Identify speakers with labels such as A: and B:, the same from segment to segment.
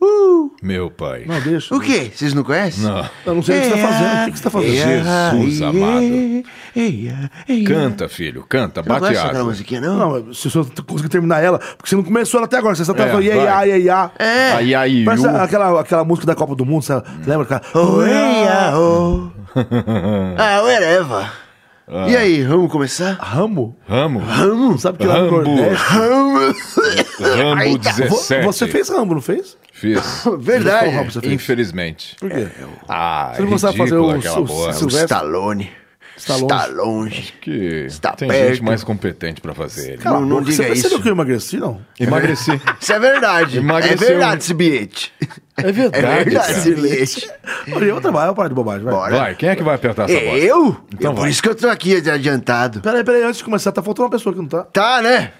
A: Uh.
B: Meu pai.
C: Não, deixa.
A: O é? quê? Vocês não conhecem?
B: Não.
C: Eu não sei o que você está fazendo. O que você está fazendo?
B: Jesus amado.
A: Eia, eia.
B: Canta, filho, canta,
A: Não
B: bate
A: gosta daquela
B: asa.
A: musiquinha, não?
C: Não, se você conseguir terminar ela, porque você não começou ela até agora. Você só tá
B: É,
C: falando ia, ia,
B: vai.
C: ia, ia.
A: É.
B: Aí, aí,
C: Parece
B: u.
C: aquela, aquela música da Copa do Mundo, você lembra? Aquela...
A: Oh, eia, oh. ah, whatever. E aí, vamos começar?
C: Ramo?
B: Ramo,
C: Ramo? Sabe que lá no
B: Rambo.
C: Nordeste...
B: Rambo
A: Ai, tá. Vo-
C: Vo-
B: 17.
C: Você fez Rambo, não fez?
B: Fiz.
A: Verdade. É,
C: Qual Rambo você fez?
B: Infelizmente.
C: Por quê?
B: Ah,
C: Você não gostava de fazer
B: ridícula
C: o-
B: aquela
C: o-
B: boa.
C: o- Silvestre?
A: Stallone.
C: Está longe.
A: longe.
B: que
A: Está
B: tem
A: perto.
B: gente mais competente pra fazer ele.
A: Cara, Não-
C: Cala a
A: não
C: boca,
A: diga
C: você percebeu
A: isso.
C: que eu emagreci, não?
B: Emagreci.
A: Isso é verdade.
B: Emagreceu. um
A: É verdade esse bilhete.
C: É
A: É
C: verdade.
A: verdade
B: cara.
A: esse bilhete.
C: Olha, eu trabalho, eu paro de bobagem, vai.
A: Bora.
B: Vai, quem é que vai apertar essa bola?
A: Eu?
B: Então
A: É por
B: vai.
A: isso que eu tô aqui adiantado.
C: Peraí, peraí, antes de começar, tá faltando uma pessoa que não tá.
A: Tá, né?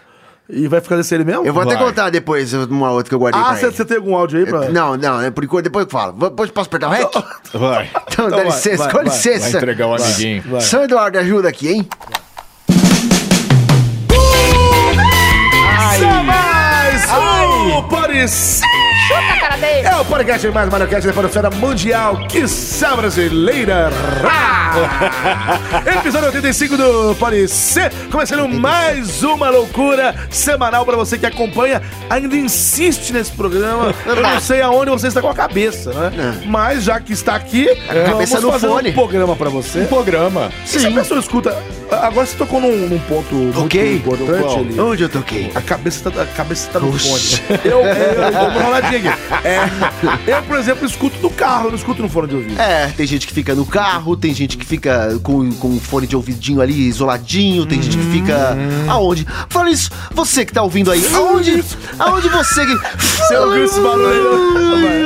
C: E vai ficar desse ele mesmo?
A: Eu vou até
B: Vai.
A: contar depois uma outra que eu guardei
C: Ah,
A: pra
C: você
A: ele.
C: você tem algum áudio aí pra...
A: Eu- Não, não, é por enquanto, depois eu falo. Vou- Posso, posso apertar o REC?
B: Vai.
A: Então,
C: Então
A: dá
C: vai,
A: licença,
C: vai,
A: com
C: vai.
B: Vai
A: licença.
B: entregar o amiguinho.
C: Vai.
A: São Eduardo, ajuda aqui, hein?
C: mais um Paris. É o podcast mais maravilhoso da Panofera Mundial, que brasileira.
A: Ah.
C: Rá! Episódio 85 do Paris, começando mais uma loucura semanal pra você que acompanha, ainda insiste nesse programa. Eu
A: Ah.
C: não sei aonde você está com a cabeça, né? Mas já que está aqui, vamos
A: cabeça no
C: fazer
A: fone.
C: um programa pra você.
B: Programa.
C: Se a pessoa escuta, agora você tocou num, num ponto muito
A: Ok.
C: importante
B: Qual?
C: ali.
A: Onde eu toquei?
C: A cabeça tá, a cabeça tá no
A: Oxi.
C: fone. Eu, eu, eu vou falar aqui. É, eu, por exemplo, escuto no carro, eu não escuto no fone de ouvido.
A: É, tem gente que fica no carro, tem gente que fica com, com fone de ouvidinho ali isoladinho, tem gente que fica.
C: Hum.
A: Aonde? Fala isso, você que tá ouvindo aí, aonde? Aonde você que. Você
C: ouviu esse né? barulho?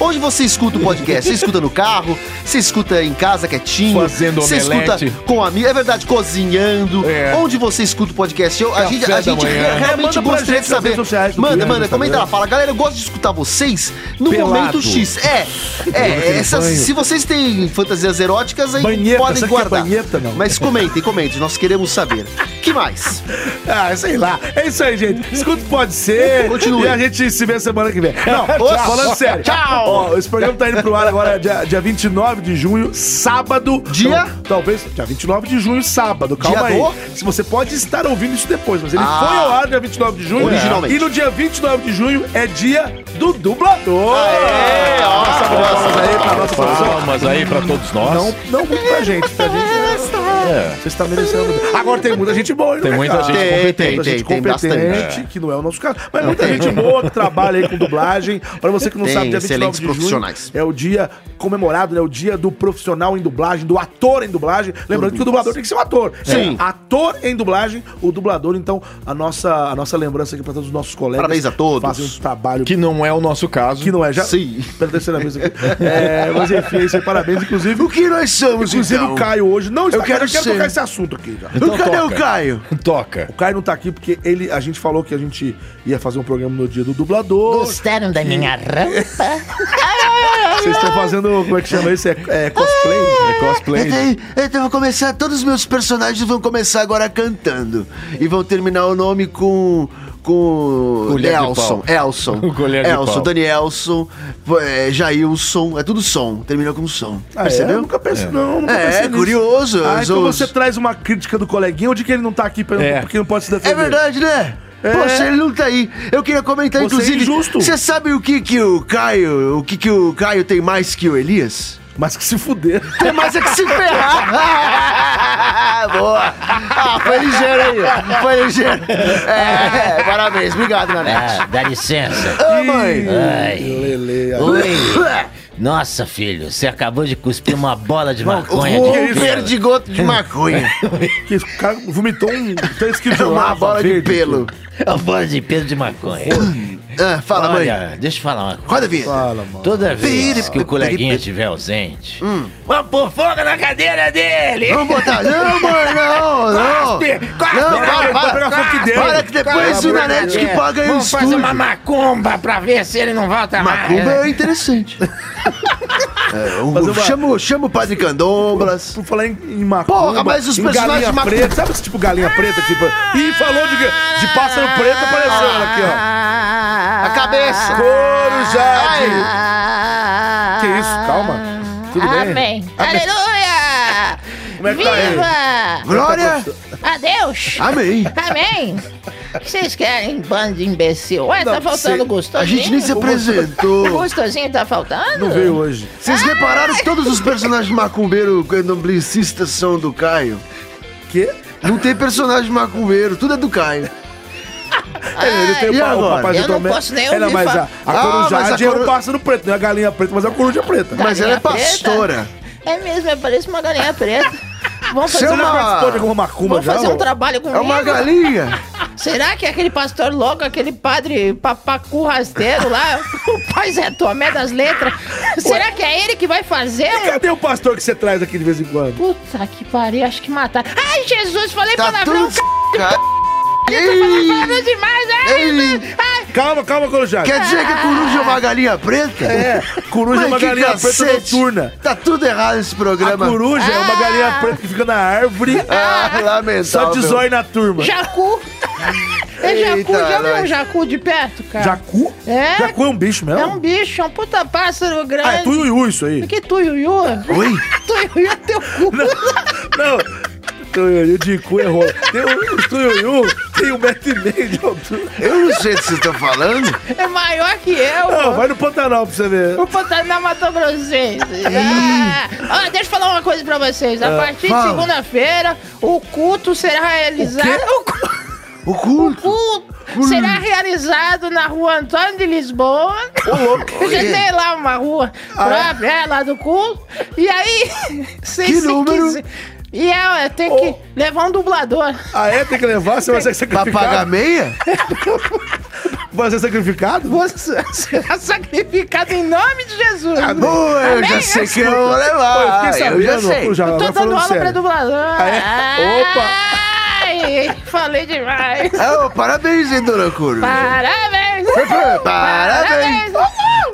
A: Onde você escuta o podcast? Você escuta no carro? Você escuta em casa quietinho?
B: Fazendo
A: Você escuta
B: omelete.
A: com amigos? É verdade, cozinhando?
B: É.
A: Onde você escuta o podcast? Eu, a gente, a
B: da
A: gente é,
B: manhã.
A: realmente
C: É, Manda pra gente
A: gostaria de
C: nas
A: saber.
C: redes sociais, no
A: Manda,
C: Twitter,
A: manda,
C: no
A: comenta
C: Instagram.
A: lá. Fala, galera, eu gosto de escutar vocês no
B: Pelado.
A: momento X. É, é, essas, se vocês têm fantasias eróticas, aí
C: Banheta,
A: podem
C: será que é
A: guardar.
C: banheta, não?
A: Mas comentem, comentem, nós queremos saber. que mais?
C: Ah, sei lá. É isso aí, gente. Escuta o pode ser.
A: Continue.
C: E a gente se vê semana que vem. Não,
A: Tchau.
C: falando sério.
A: Tchau.
C: Ó, esse programa tá indo pro ar agora dia, dia 29 de junho, sábado.
A: Dia?
C: Então, talvez. Dia 29 de junho, sábado. Calma
A: Dia
C: aí. Se você pode estar ouvindo isso depois, mas ele
A: Ah.
C: foi ao ar dia 29 de junho.
A: Originalmente.
C: E no dia 29 de junho é dia do dublador.
A: Aê, ó,
C: Nossa, palmas aí pra nossa produção.
B: Palmas aí pra todos nós.
C: Não, não muito pra gente, pra gente. É. Você está merecendo. Agora tem muita gente boa, hein,
B: Tem
C: no
B: muita
C: mercado.
B: gente
A: Tem,
B: competente.
A: tem,
C: Muita gente
A: tem, tem bastante.
C: competente, que não é o nosso caso. Mas muita gente boa que trabalha aí com dublagem. Para você que não
A: Tem
C: sabe, dia
A: excelentes
C: 29 de junho
A: profissionais.
C: é o dia comemorado, né? O dia do profissional em dublagem, do ator em dublagem. Lembrando que o dublador tem que ser um ator.
A: Sim.
C: É, ator em dublagem, o dublador. Então, a nossa, a nossa lembrança aqui para todos os nossos colegas.
A: Parabéns a todos.
C: Fazem um trabalho
B: Que não é o nosso caso.
C: que não é já.
A: Sim.
C: Pela terceira vez aqui. É, mas enfim, é isso aí, parabéns. Inclusive,
A: O que nós somos,
C: Inclusive
A: então?
C: o Caio hoje não está
A: Eu quero
C: eu quero
A: ser.
C: tocar esse assunto aqui já.
A: Então Cadê
B: toca.
A: o Caio?
B: Toca.
C: O Caio não tá aqui porque ele, a gente falou que a gente ia fazer um programa no dia do dublador.
D: Gostaram da minha rampa?
C: Vocês estão fazendo, como é que chama isso? É, é cosplay? É
A: Eu,
C: cosplay.
A: tenho- eu tenho- vou Então, começar, todos os meus personagens vão começar agora cantando. E vão terminar o nome com. Com.
B: Colher de
A: Elson.
B: pau.
A: Elson.
B: O colher de
A: Elson,
B: pau.
A: Danielson, é, Jailson. É tudo som. Termina com som.
C: Ah, é? Eu
A: Percebeu?
C: nunca pensei, não, nunca
A: É,
C: pensei nisso.
A: curioso,
C: Ah,
A: os
C: então
A: outros-
C: você traz uma crítica do coleguinha ou de que ele não tá aqui pra,
B: É.
C: porque não pode se defender?
A: É verdade, né? Poxa, ele não tá aí. Eu queria comentar,
C: Você é
A: inclusive.
C: injusto.
A: Você sabe o que que o Caio. O que que o Caio tem mais que o Elias?
C: Mas que se fuder.
A: Tem mais é que se ferrar. Boa. Ah, foi ligeiro aí. ó. Foi ligeiro. É, é, parabéns. Obrigado, Nanete.
E: É,
D: Ah, dá
C: É.
D: licença.
A: Ô, mãe.
D: Ai.
C: Lele,
D: Oi. Nossa, filho, você acabou de cuspir uma bola de maconha.
A: O
D: de pelo.
A: perdigoto Um de maconha. É
C: que o cara vomitou um 3 quilos de
A: Uma
C: lava
A: bola de
C: verde.
A: pelo.
D: Uma bola de pelo de maconha.
A: Ah, fala, mãe.
E: Olha, deixa eu falar uma coisa.
A: Roda a vinheta.
C: Fala, mano.
E: Toda vez
A: Piri-
E: que o coleguinha
A: piri-
E: estiver ausente, vamos pôr fogo na cadeira dele!
A: Vamos botar. Não, mãe, não, não.
E: Cospe, cospe,
A: Não,
E: né?
A: para,
C: Vou
A: para.
C: pegar fogo que
A: Para,
C: deu.
A: Para que depois
C: Cala
A: o
C: a boca,
A: Nanete que
E: É,
A: paga o
E: Vamos fazer
A: estúdio.
E: uma macumba pra ver se ele não volta
A: Macumba
E: mais.
A: é interessante. É, o-
C: Fazer uma-
A: chama, o- chama o Padre Candombras.
C: Por falar em, em macumba,
A: Porra, mas os
C: em
A: personagens
C: galinha
A: de macumba-
C: preta, sabe esse tipo galinha preta? Tipo, e falou de, de pássaro preto aparecendo aqui, ó.
A: A cabeça.
C: Corujade!
D: Ah,
C: Que isso, calma. Tudo bem?
D: Amém. Aleluia!
C: Como é que tá ele?
D: Viva!
A: Glória.
D: A Deus!
A: Amém.
D: Amém! O que vocês querem, bando de imbecil? Ué,
C: Não,
D: tá faltando
C: cê-
D: o gostosinho?
A: A gente nem se
D: O
A: apresentou.
D: gostosinho tá faltando?
C: Não veio hoje.
A: Vocês repararam que todos os personagens macumbeiro candomblecistas são do Caio?
C: Que?
A: Não tem personagem macumbeiro, tudo é do Caio.
C: É, ele tem
A: e
C: o, pa- o
A: agora?
C: papai
D: Ah, Eu
C: do
D: não
C: Tomé.
D: posso nem
C: É, não,
D: ouvir
C: mas a,
D: falar.
C: a
A: Ah,
C: corujade
A: mas a
C: é
A: coru-
C: um pássaro preto, não é a galinha preta, mas é uma coruja preta.
A: Mas ela é
D: Galinha preta?
A: pastora.
D: É mesmo, é parece uma galinha preta. Vamos fazer,
A: Seu
C: Você já
A: uma-
C: participou de alguma macumba
D: vamos
C: já?
D: fazer
C: ou-
D: um trabalho comigo?
A: É uma galinha.
D: Será que aquele pastor louco, aquele padre papacu rasteiro lá, o pai Zé Tomé das letras, será que é ele que vai fazer?
C: Cadê o pastor que você traz aqui de vez em quando?
D: Puta que pariu, acho que mataram. Ai, Jesus, falei
A: Tá
D: palavrão,
A: tudo
D: c...
A: ca- tá
D: falei
A: Ei,
D: palavrão demais, ai,
A: ei.
D: ai.
C: Calma, calma, corujade.
A: Quer dizer que a coruja é uma galinha preta?
C: É, coruja é
A: Mas
C: uma
A: que
C: galinha preta
A: cacete.
C: noturna.
A: Tá tudo errado esse
C: A
A: programa.
C: coruja é uma
D: Ah.
C: galinha preta que fica na árvore,
A: Ah, lamentável.
C: é só de zóio na turma.
D: Jacu. É jacu,
A: Eita,
D: já viu um
A: nós.
D: jacu de perto, cara?
C: Jacu?
D: É.
C: Jacu é um bicho mesmo?
D: É um bicho, é um puta pássaro grande.
C: Ah, é tuiuiu isso aí.
D: Que tuiuiu?
A: Oi?
D: Tuiuiu é teu cu.
C: Não, tuiuiu de cu errou. Tem um os tuiuiu, tem um metro e meio de altura.
A: Eu não sei do que vocês estão falando.
D: É maior que eu.
C: Não, vai no Pantanal pra você ver.
D: O Pantanal matou grossense. Ah, ah, deixa eu falar uma coisa pra vocês. A partir
A: Ah, fala.
D: de segunda-feira, o culto será realizado. O cu-
A: O culto.
C: Hum.
D: culto será realizado na rua Antônio de Lisboa. Eu já
A: Oi.
D: tem lá uma rua
C: Ah,
D: própria, é, lá do culto. E aí, vocês
A: Que
D: se
A: número?
D: quiser- E é, tem que levar um dublador.
C: Ah, é? Tem que levar? Você vai ser
A: Pra pagar
C: sacrificado?
A: meia?
C: Vai ser sacrificado?
D: Você será sacrificado em nome de Jesus.
C: Ah,
A: Boa, eu já
D: Amém,
A: sei
D: eu
A: que eu vou
C: Pô,
A: levar.
C: Assim, Ah, eu fiquei
A: eu já
C: sabendo,
A: sei.
C: Crujá,
D: Eu tô
C: agora
D: dando
C: falando
D: aula pra
C: sério.
D: dublador.
C: Ah, é? Opa.
D: Ai, falei demais.
A: Ah, ô, parabéns, hein, dona Coruja.
D: Parabéns!
A: Parabéns.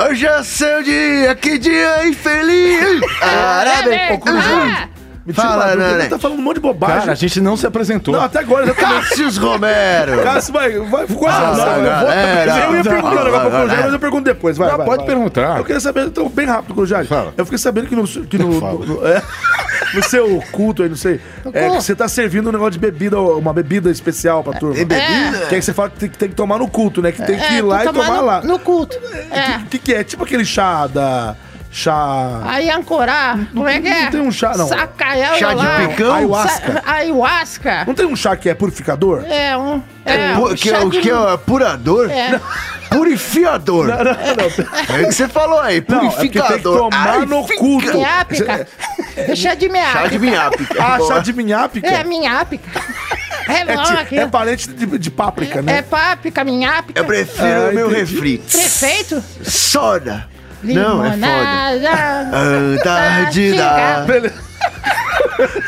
A: Hoje é seu dia, que dia infeliz. Parabéns. Ô, Coruja,
D: Ah,
C: Me
A: Fala,
C: Fala,
A: Nanete.
C: Tá falando um monte de bobagem.
B: Cara, a gente não se apresentou.
C: Não, até agora, exatamente.
A: Cássius Romero.
C: Cássio, vai, vai, ficou essa
A: Ah,
C: não, eu vou-
A: galera.
C: Eu ia perguntar agora pra Corujade,
A: Galera.
C: mas eu pergunto depois. Vai,
B: Ah,
C: vai,
B: pode
C: vai.
B: perguntar.
C: Eu queria saber, então, bem rápido, Corujade.
B: Fala.
C: Eu fiquei sabendo que no, que no,
B: Fala.
C: no- é, no seu culto aí, não sei, é, que você tá servindo um negócio de bebida, uma bebida especial pra turma.
A: Tem bebida?
C: Que aí você fala que tem, que tem que tomar no culto, né? Que tem que ir lá e
D: É, tu
C: tomar,
D: no,
C: lá.
D: No culto.
C: O
D: É.
C: que, que é? Tipo aquele chá da... Chá...
D: Aí ancorar, como é que é?
C: não tem um chá, não.
D: Sacaiau
A: Chá de
D: lá.
A: picão?
C: Ayahuasca.
D: Sa- Ayahuasca.
C: Não tem um chá que é purificador?
D: É um. É,
A: Pô,
D: um
A: que
D: chá
A: é o
D: de-
A: que é o apurador?
D: É.
A: Purificador.
C: Não, não, não.
A: É o que você falou aí,
C: Não, é porque
A: purificador.
C: tem que tomar
A: Ai,
C: no
A: fica-
C: culto.
D: Minhápica. É chá de
A: Chá de
D: minhápica.
A: minhápica.
C: Ah,
A: Boa.
C: chá de minhápica?
D: É minhápica. É
C: É,
D: bom
C: ti-
D: aqui.
C: é parente de, de páprica, né?
D: É pápica, minhápica.
F: É
A: Eu prefiro
C: Ah,
A: o meu
C: entendi.
A: refri.
D: Prefeito?
A: Soda. Não, é foda.
D: Limonada.
A: Antártida.
C: Beleza.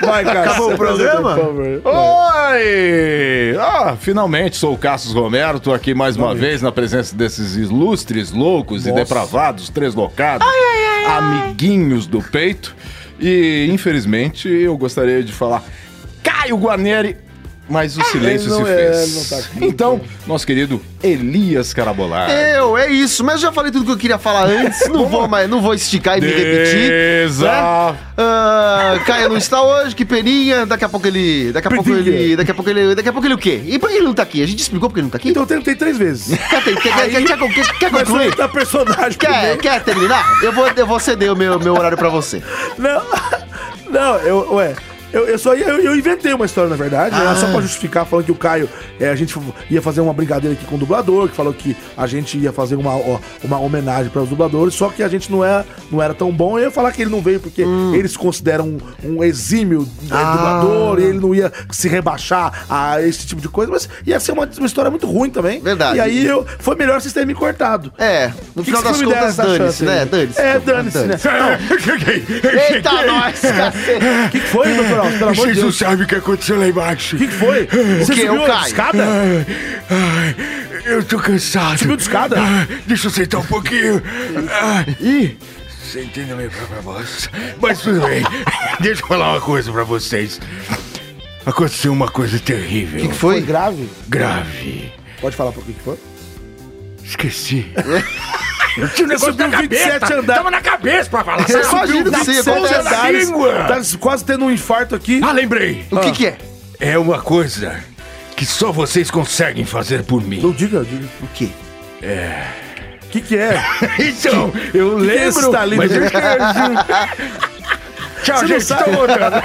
C: Vai, cara.
A: Acabou
C: se
A: o programa?
C: apresenta, por favor.
B: Oi! Ah, finalmente sou o Cassius Romero, tô aqui mais uma vez na presença desses ilustres, loucos e
C: Nossa.
B: depravados, treslocados, amiguinhos do peito. E, infelizmente, eu gostaria de falar Caio Guarneri, mas o silêncio
C: ele
B: se
C: não é,
B: fez.
C: não tá aqui.
B: então, nosso querido Elias Carabolar.
A: Eu, é isso, mas eu já falei tudo que eu queria falar antes, não vou mais, não vou esticar e me repetir.
B: Desa-
A: Né? Ah, Caio não está hoje, que peninha, daqui a pouco ele, daqui a pouco
C: Peninha.
A: ele, daqui a pouco ele, daqui a pouco ele o quê? E por que ele não tá aqui? A gente explicou por que ele não tá aqui?
C: Então eu tentei três vezes.
A: Quer, ter- quer- quer- quer- quer- quer
C: Mas
A: concluir?
C: você tá personagem
A: Quer,
C: primeiro.
A: quer terminar? Eu vou, eu vou ceder o meu, meu horário pra você.
C: Não, não, eu, ué, Eu, eu só ia- eu, eu inventei uma história, na verdade, né?
F: Ah.
C: só pra justificar, falando que o Caio, é, a gente ia fazer uma brincadeira aqui com o dublador, que falou que a gente ia fazer uma, ó, uma homenagem para os dubladores, só que a gente não, é, não era tão bom, eu ia falar que ele não veio, porque
F: Hum.
C: eles consideram um, um exímio é,
F: Ah.
C: dublador, e ele não ia se rebaixar a esse tipo de coisa, mas ia ser uma, uma história muito ruim também.
F: Verdade.
C: E aí eu, foi melhor vocês terem me cortado.
F: É, no
C: Que
F: final
C: que
F: das
C: você me der
F: contas,
C: essa
F: dane-se,
C: chance aí?
F: né? Dane-se.
C: É, dane-se, né?
E: né?
F: Eita, nós, cacete.
C: O que que foi, doutor Alves? Pelo amor de Deus.
E: sabe o que aconteceu lá embaixo. Ah,
C: O que que foi? Você
F: quê?
C: subiu
F: Eu
C: a
F: caio.
C: escada?
E: eu tô cansado.
C: Subiu de escada?
E: deixa eu sentar um pouquinho. Ah, ih, sentei na minha própria voz. Mas tudo bem. deixa eu falar uma coisa pra vocês. Aconteceu uma coisa terrível,
C: Foi
F: Foi?
C: grave?
E: grave.
C: Pode falar pro que que foi?
E: Esqueci. Eu tinha um negócio
C: subiu
E: na
C: 27
E: cabeça.
C: andar.
E: Tava na cabeça pra falar.
F: Você
E: Sabe?
F: imagina
E: Subiu
F: que você ia
E: 27
F: contar essa
E: andares.
C: Tá quase tendo um infarto aqui.
E: Ah, lembrei.
F: O que que é?
E: É uma coisa que só vocês conseguem fazer por mim.
C: Não diga, diga.
F: O quê?
C: O que que é?
E: Então, eu lembro,
C: está ali
E: mas
C: no
E: eu esqueço. Tchau,
C: Você não
E: gente,
C: sabe.
E: tô voltando.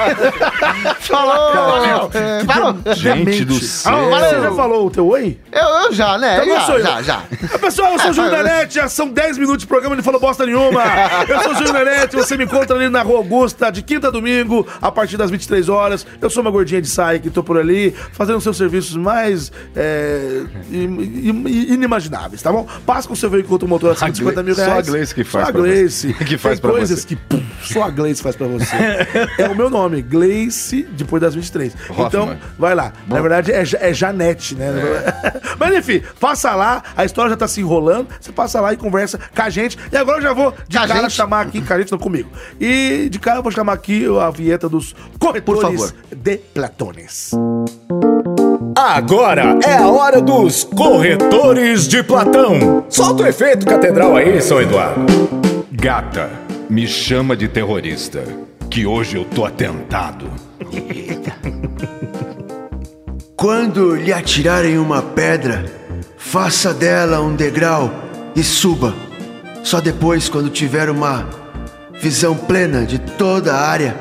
F: Falou! É, Falou!
E: Gente do
C: Ah,
E: céu.
C: mas você já falou o teu oi?
F: Eu, eu já, né?
C: Então
F: Eu
C: não
F: já,
C: sou eu.
F: já, já.
C: Ah, Pessoal, eu sou o Júlio Nanete, já são 10 minutos de programa, ele falou bosta nenhuma. Eu sou o Júlio Nanete, você me encontra ali na Rua Augusta, de quinta a domingo, a partir das 23 horas. Eu sou uma gordinha de saia que tô por ali, fazendo seus serviços mais é, im- im- inimagináveis, tá bom? Passa com o seu veículo contra o motor acima de
E: A Gla-
C: 50 mil
E: só
C: reais.
E: a Gleice que faz
C: Só a
E: pra você.
C: Gleice.
E: Que faz
C: Tem
E: pra
C: coisas
E: você.
C: que pum, só a Gleice faz pra você. é o meu nome, Gleice, depois das 23. Então,
E: Hoffman.
C: vai lá. Na verdade, é, Ja- é Janete, né?
F: É.
C: Mas enfim, passa lá, a história já tá se enrolando, você passa lá e conversa com a gente. E agora eu já vou de
F: Com a
C: cara
F: gente?
C: chamar aqui, com a gente não comigo. E de cara eu vou chamar aqui a vinheta dos corretores
F: favor.
C: de Platones.
G: Agora é a hora dos corretores de Platão. Solta o efeito catedral aí, São Eduardo.
E: Gata, me chama de terrorista, que hoje eu tô atentado.
A: Quando lhe atirarem uma pedra, faça dela um degrau e suba. Só depois, quando tiver uma visão plena de toda a área,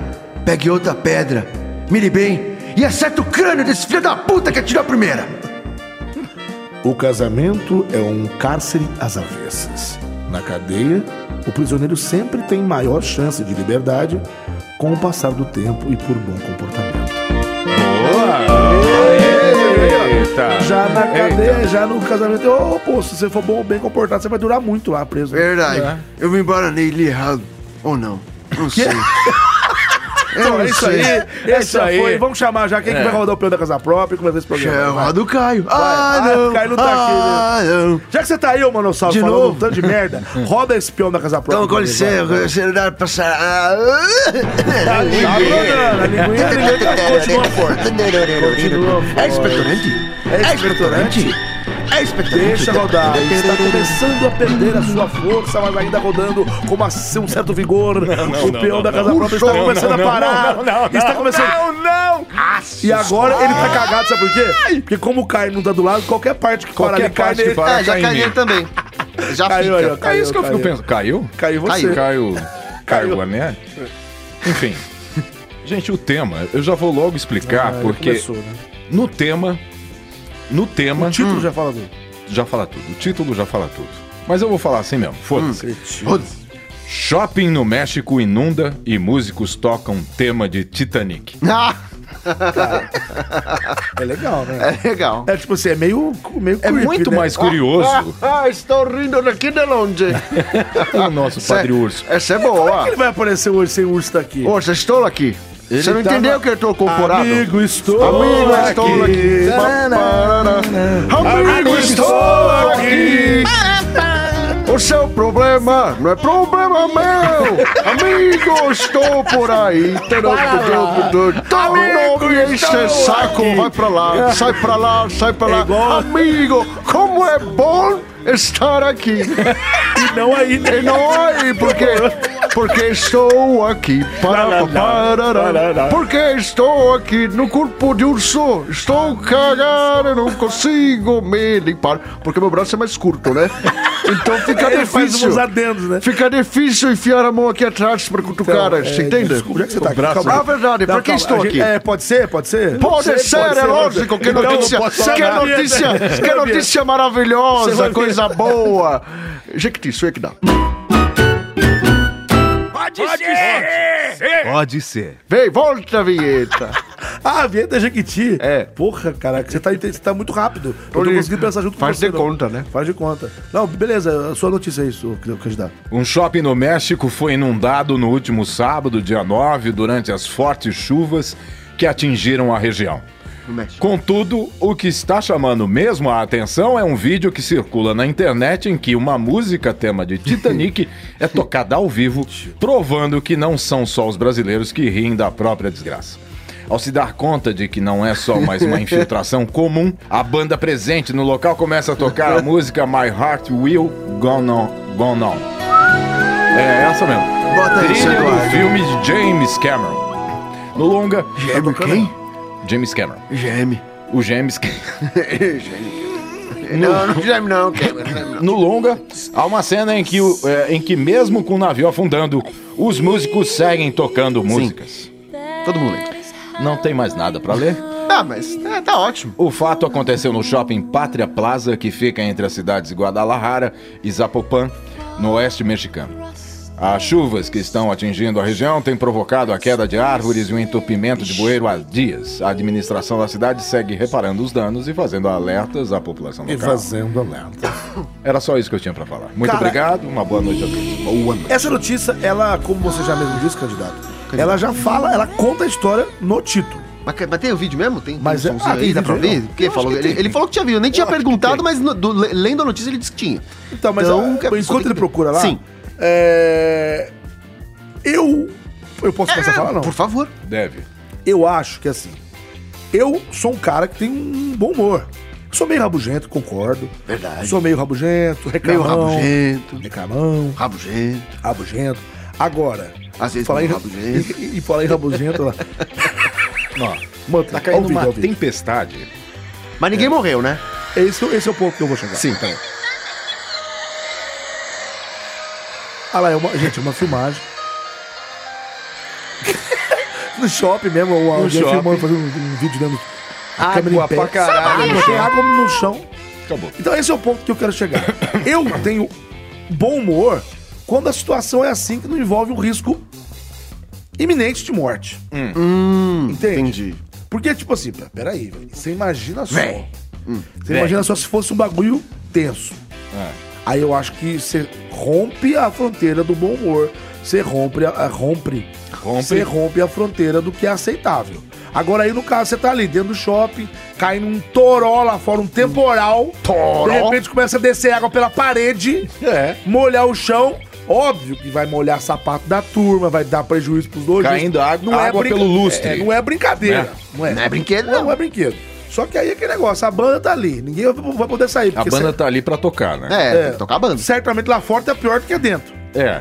A: pegue outra pedra, mire bem e acerte o crânio desse filho da puta que atirou a primeira.
C: O casamento é um cárcere às avessas. Na cadeia, o prisioneiro sempre tem maior chance de liberdade com o passar do tempo e por bom comportamento.
E: Eita.
C: Já na cadeia, já no casamento, ô pô, se você for bom ou bem comportado, você vai durar muito lá preso.
A: Verdade.
C: É.
A: Eu me embaranei li errado. Ou não. Não sei. Eu
C: Então,
A: não
C: é isso aí,
A: sei.
C: é isso aí. Vamos chamar já quem que vai rodar o plano da casa própria e começar esse programa.
A: É. Chama
C: Vai.
A: do Caio. Ah,
C: Ah,
A: não.
C: o Caio não tá aqui, né?
A: ah, não.
C: Já que você tá aí, ô Manossauro,
A: De
C: falando
A: novo?
C: um tanto de merda, roda esse peão da casa própria.
A: Então, com licença, com licença, dá pra passar. Ah,
C: Tá rodando, a linguinha é trilhante continua forte. Continua forte.
A: É expectorante? É expectorante? É expectorante?
C: Deixa rodar. Está começando a perder a sua força, mas ainda rodando com uma- um certo vigor. o peão da casa própria está começando a parar. está começando.
E: Não, não!
C: E agora ele tá cagado, sabe por quê? Porque como o Caio não tá do lado, qualquer parte que parar
E: Qualquer
C: ali cai
E: parte que
C: nele.
E: para,
F: É, já
E: cai em
F: caí
E: mim.
F: nele também. Já
C: Tá Caiu aí, ó.
F: fica.
E: É isso que eu fico pensando. Caiu?
C: Caiu você.
E: Caiu. Caiu, caiu a
C: É.
E: net? Enfim. Gente, o tema, eu já vou logo explicar,
C: Ah, ele
E: porque
C: começou, né?
E: no tema. No tema.
C: O título já fala dele.
E: já fala tudo. O título já fala tudo. Mas eu vou falar assim mesmo.
C: Hum,
E: Foda-se. Shopping no México inunda e músicos tocam tema de Titanic.
F: Ah,
C: É legal,
F: é
C: né?
F: legal.
C: É, tipo assim, é meio, meio né?
E: É muito mais curioso
F: Ah, estou rindo daqui de longe.
E: o
G: Ah,
E: nosso Padre Urso.
F: Essa é
C: Como é que
F: boa.
C: ele vai aparecer hoje sem o urso daqui?
F: Ô, você estou aqui. Você não
C: tava-
F: entendeu que eu estou conforado?
C: tá Amigo, estou
F: Amigo,
C: aqui.
F: estou aqui.
C: Amigo, estou aqui.
F: O seu problema não é problema meu. Amigo, estou por aí. Amigo, esse saco, vai pra lá, sai pra lá, sai
C: É
F: pra lá. Amigo, como é bom estar aqui.
C: E não aí, né?
F: E não
A: é,
F: aí, porque, porque estou aqui. Para, para, porque estou aqui no corpo de urso. Estou cagado, não consigo me limpar. Porque meu braço é mais curto, né?
A: Então fica
C: Ele faz
A: difícil.
C: uns adendos, né?
A: Fica difícil enfiar a mão aqui atrás pra cutucar,
C: Então,
A: você
C: é,
A: entende?
C: Desculpa, já que você tá
A: O braço-
C: aqui. calma.
A: Ah, verdade,
C: Não,
A: pra quem
C: calma,
A: estou
C: a gente-
A: aqui?
C: É, pode ser, pode ser?
A: Pode, ser, é lógico. Que
C: Então, não
A: notícia,
C: posso falar
A: que
C: nada.
A: notícia, que notícia
C: Você vai
A: maravilhosa,
C: ver.
A: coisa boa. Jequiti, isso é que dá.
F: Pode ser.
A: Vem, volta a vinheta.
C: Ah, a vinheta Jequiti.
A: É.
C: Porra, caraca, você tá, inte- você tá muito rápido. Eu tô
A: Olha,
C: conseguindo pensar junto
A: faz
C: com você.
A: de
C: não.
A: conta, né?
C: Faz de conta. Não, beleza, a sua notícia é isso, candidato.
B: Um shopping no México foi inundado no último sábado, dia 9, durante as fortes chuvas que atingiram a região. Contudo, o que está chamando mesmo a atenção é um vídeo que circula na internet em que uma música tema de Titanic é tocada ao vivo, provando que não são só os brasileiros que riem da própria desgraça. Ao se dar conta de que não é só mais uma infiltração comum, a banda presente no local começa a tocar a música My Heart Will Gone On. Gone on. É essa mesmo.
A: Bota isso,
B: Trilha do
A: Eduardo.
B: filme de James Cameron. No longa, é
A: GM quem?
B: James Cameron.
A: GM.
B: O James Cameron.
A: Não, não GM não. Cameron, não.
B: No longa, há uma cena em que, o- é, em que mesmo com o navio afundando, os músicos seguem tocando músicas.
F: Todo mundo lê.
B: Não tem mais nada pra ler?
F: Ah, mas é, tá ótimo.
B: O fato aconteceu no shopping Pátria Plaza, que fica entre as cidades de Guadalajara e Zapopan, no oeste mexicano. As chuvas que estão atingindo a região têm provocado a queda de árvores e o entupimento de bueiro há dias. A administração da cidade segue reparando os danos e fazendo alertas à população local.
C: alerta.
B: Era só isso que eu tinha pra falar. Muito
C: Cara-
B: obrigado, uma boa noite a todos. Boa noite.
C: Essa notícia, ela, como você já mesmo disse, candidato, ela já fala, ela conta a história no título.
F: Mas, mas tem o vídeo mesmo? Tem, tem
C: Mas é-
F: somzinho
C: ah, tem
F: aí, dá pra
C: vídeo,
F: ver?
C: não.
F: Porque
C: Eu acho
F: falou,
C: que
F: ele,
C: tem.
F: ele falou que tinha vídeo, eu nem tinha
C: acho que
F: perguntado,
C: tem.
F: mas no- do- le- lendo a notícia ele disse que tinha.
C: Então, mas
F: Então,
C: ah, enquanto ele procura lá.
F: Sim.
C: é, Eu. Eu posso começar a falar, não?
F: Por favor.
B: Deve.
C: Eu acho que assim. Eu sou um cara que tem um bom humor. Sou meio rabugento, concordo.
A: Verdade.
C: Sou meio rabugento,
A: Meio
C: reclamão.
A: rabugento.
C: Reclamão,
A: Rabugento.
C: rabugento. Agora.
A: Às vezes
C: falar em
A: meio rabugento.
C: E, e falar em rabugento lá.
B: Ó,
C: Mano,
B: tá caindo uma
C: tem...
B: tempestade.
F: Mas ninguém morreu, né?
C: esse, esse é o ponto que eu vou chegar.
B: Sim, peraí.
C: Ah lá, é uma, gente, é uma filmagem. no shopping mesmo, ou alguém
B: shopping.
C: filmando, fazendo um, um vídeo dando a câmera em
B: Água
C: pé.
B: pra caralho.
C: Botei água no chão.
B: Acabou.
C: Então esse é o ponto que eu quero chegar. Eu tenho bom humor quando a situação é assim que não envolve um risco iminente de morte.
B: Hum,
C: Entende?
F: Entendi.
C: Porque, tipo assim, pera- peraí, velho. Você imagina só. Hum. Você imagina só se fosse um bagulho tenso.
B: É.
C: Aí eu acho que você rompe a fronteira do bom humor. Você rompe a, a- rompe.
B: Rompe.
C: Você rompe a fronteira do que é aceitável. Agora aí, no caso, você tá ali dentro do shopping, caindo um toró lá fora, um temporal. Toró. De repente começa a descer água pela parede,
B: É.
C: molhar o chão. Óbvio que vai molhar sapato da turma, vai dar prejuízo pros lojistas.
B: Caindo água- água pelo lustre.
C: é, não é brincadeira.
B: Né?
C: Não, é.
F: Não é brinquedo,
C: Não,
F: não.
C: não é brinquedo. Só que aí é aquele negócio, a banda tá ali, ninguém vai- vai poder sair.
B: A
C: porque
B: banda tá ali pra tocar, né?
F: É, tem que tocar a banda.
C: certamente lá fora tá pior do que dentro.
B: É.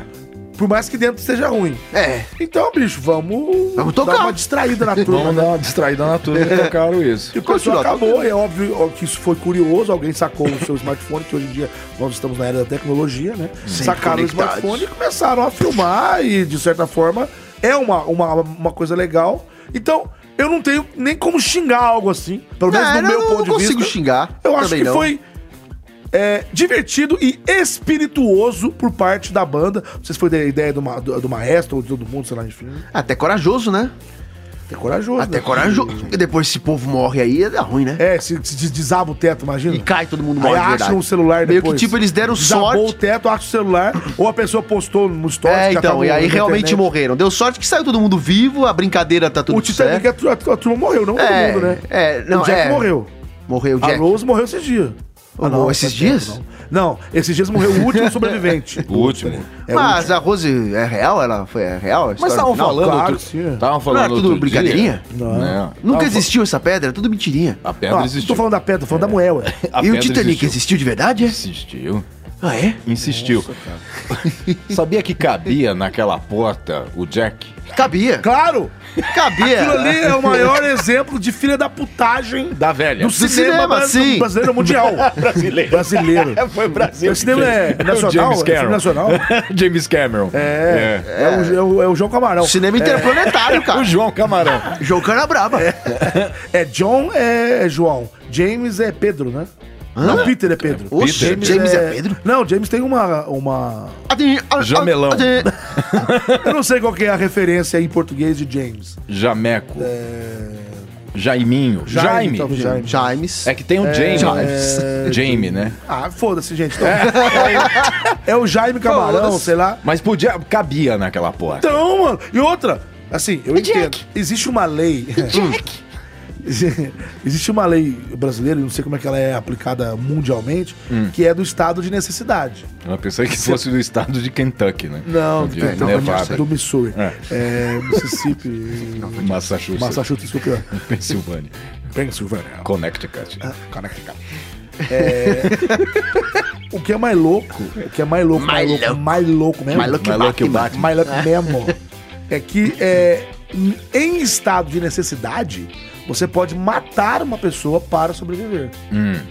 C: Por mais que dentro seja ruim.
F: É.
C: Então, bicho, vamos,
F: Vamos tocar.
C: dar uma distraída na turma.
B: Vamos dar uma distraída na turma e tocaram isso.
C: E o pessoal
F: Continua,
C: acabou, é óbvio ó, que isso foi curioso, alguém sacou o seu smartphone, que hoje em dia nós estamos na era da tecnologia, né? Sacaram
F: conectados.
C: o smartphone e começaram a filmar e, de certa forma, é uma, uma, uma coisa legal. Então, eu não tenho nem como xingar algo assim, pelo menos
F: Não,
C: no meu
F: eu
C: ponto
F: não
C: de
F: consigo
C: vista.
F: xingar.
C: Eu acho
F: Também
C: que
F: não.
C: foi é, divertido e espirituoso por parte da banda. Não sei se foi da ideia do, ma- do, do maestro ou de todo mundo, sei lá, enfim.
F: Até corajoso, né?
C: Até corajoso.
F: Até
C: né?
F: corajoso. Porque depois esse povo morre aí, é ruim, né?
C: É, se, se des- desaba o teto, imagina.
F: E cai todo mundo
C: É. Aí
F: morre de
C: acha
F: é verdade.
C: um celular
F: Meio
C: depois.
F: que, tipo, eles deram
C: Desabou
F: sorte.
C: o teto, acha o celular, ou a pessoa postou no stories.
F: É,
C: já
F: então,
C: tava
F: e aí
C: na
F: realmente
C: internet.
F: morreram. Deu sorte que saiu todo mundo vivo, a brincadeira tá tudo
C: O Titanic,
F: certo.
C: a, tu- a, tu- a turma morreu, não
F: É,
C: todo mundo, né?
F: é, não,
C: o Jack
F: é.
C: morreu.
F: Morreu o
C: A
F: Jack.
C: Rose morreu esses dias. Ah,
F: Oh, esses
C: faz tempo,
F: dias?
C: não. não, esses dias morreu o último sobrevivente.
B: O último.
C: É o
F: Mas a Rose é real? Ela foi é real?
B: Mas estavam falando,
C: claro
B: outro- Tá,
C: que sim.
B: estavam
F: Não
B: falando
F: era tudo
B: outro
F: brincadeirinha?
B: dia, né?
F: Nunca existiu essa pedra, É tudo mentirinha.
B: A pedra
C: Não,
B: existiu.
C: Tô falando da pedra, tô falando da moeda.
B: A
F: e o
B: pedra
F: Titanic existiu. de verdade, é?
B: Existiu. Ah, é? Insistiu. Sabia que cabia naquela porta o Jack?
F: Cabia.
C: Claro!
F: Cabia.
C: Aquilo ali é o maior exemplo de filha da putagem
B: Da velha.
C: do cinema,
F: cinema,
C: brasi-
F: sim.
C: brasileiro mundial.
B: Brasileiro.
C: brasileiro.
B: Foi o Brasil.
C: Esse cinema
B: que
C: é
B: fez.
C: nacional,
B: James
C: é filme
B: Cameron.
C: nacional?
B: James Cameron.
C: É, é. o, é, o, é o João Camarão.
F: Cinema interplanetário, cara.
B: O João Camarão.
F: João Cana Braba.
C: É John é João. James é Pedro, né? Não, Peter é Pedro.
F: Oxe, James, é... Pedro?
C: Não, James tem uma, uma.
F: Adi- a- a-
B: Jamelão.
F: adi-
C: Eu não sei qual que é a referência em português de James.
B: Jameco. Jaiminho. É. Jaime.
C: talvez Jaime.
F: James.
B: É que tem o James. James. né?
C: Ah, foda-se, gente. então. é o Jaime Camarão, sei lá.
B: Mas podia. Cabia naquela porta.
C: Então, mano. E outra, assim, eu entendo. Existe uma lei. Existe uma lei brasileira, eu não sei como é que ela é aplicada mundialmente, que é do estado de necessidade.
B: Eu pensei que fosse do estado de Kentucky, né?
C: Não,
B: de
C: do, do-
B: Nevada,
C: do Missouri. É, Mississippi,
B: Massachusetts,
C: Massachusetts, desculpa.
B: Pensilvânia,
C: Pensilvânia.
B: Ah. Connecticut.
C: Connecticut. É, o que é mais louco, o que é mais louco, mais, louco, mais louco mesmo,
F: My Lucky
B: My Lucky
F: Batman.
B: Batman.
C: mais louco mesmo, é que é, em estado de necessidade, você pode matar uma pessoa para sobreviver.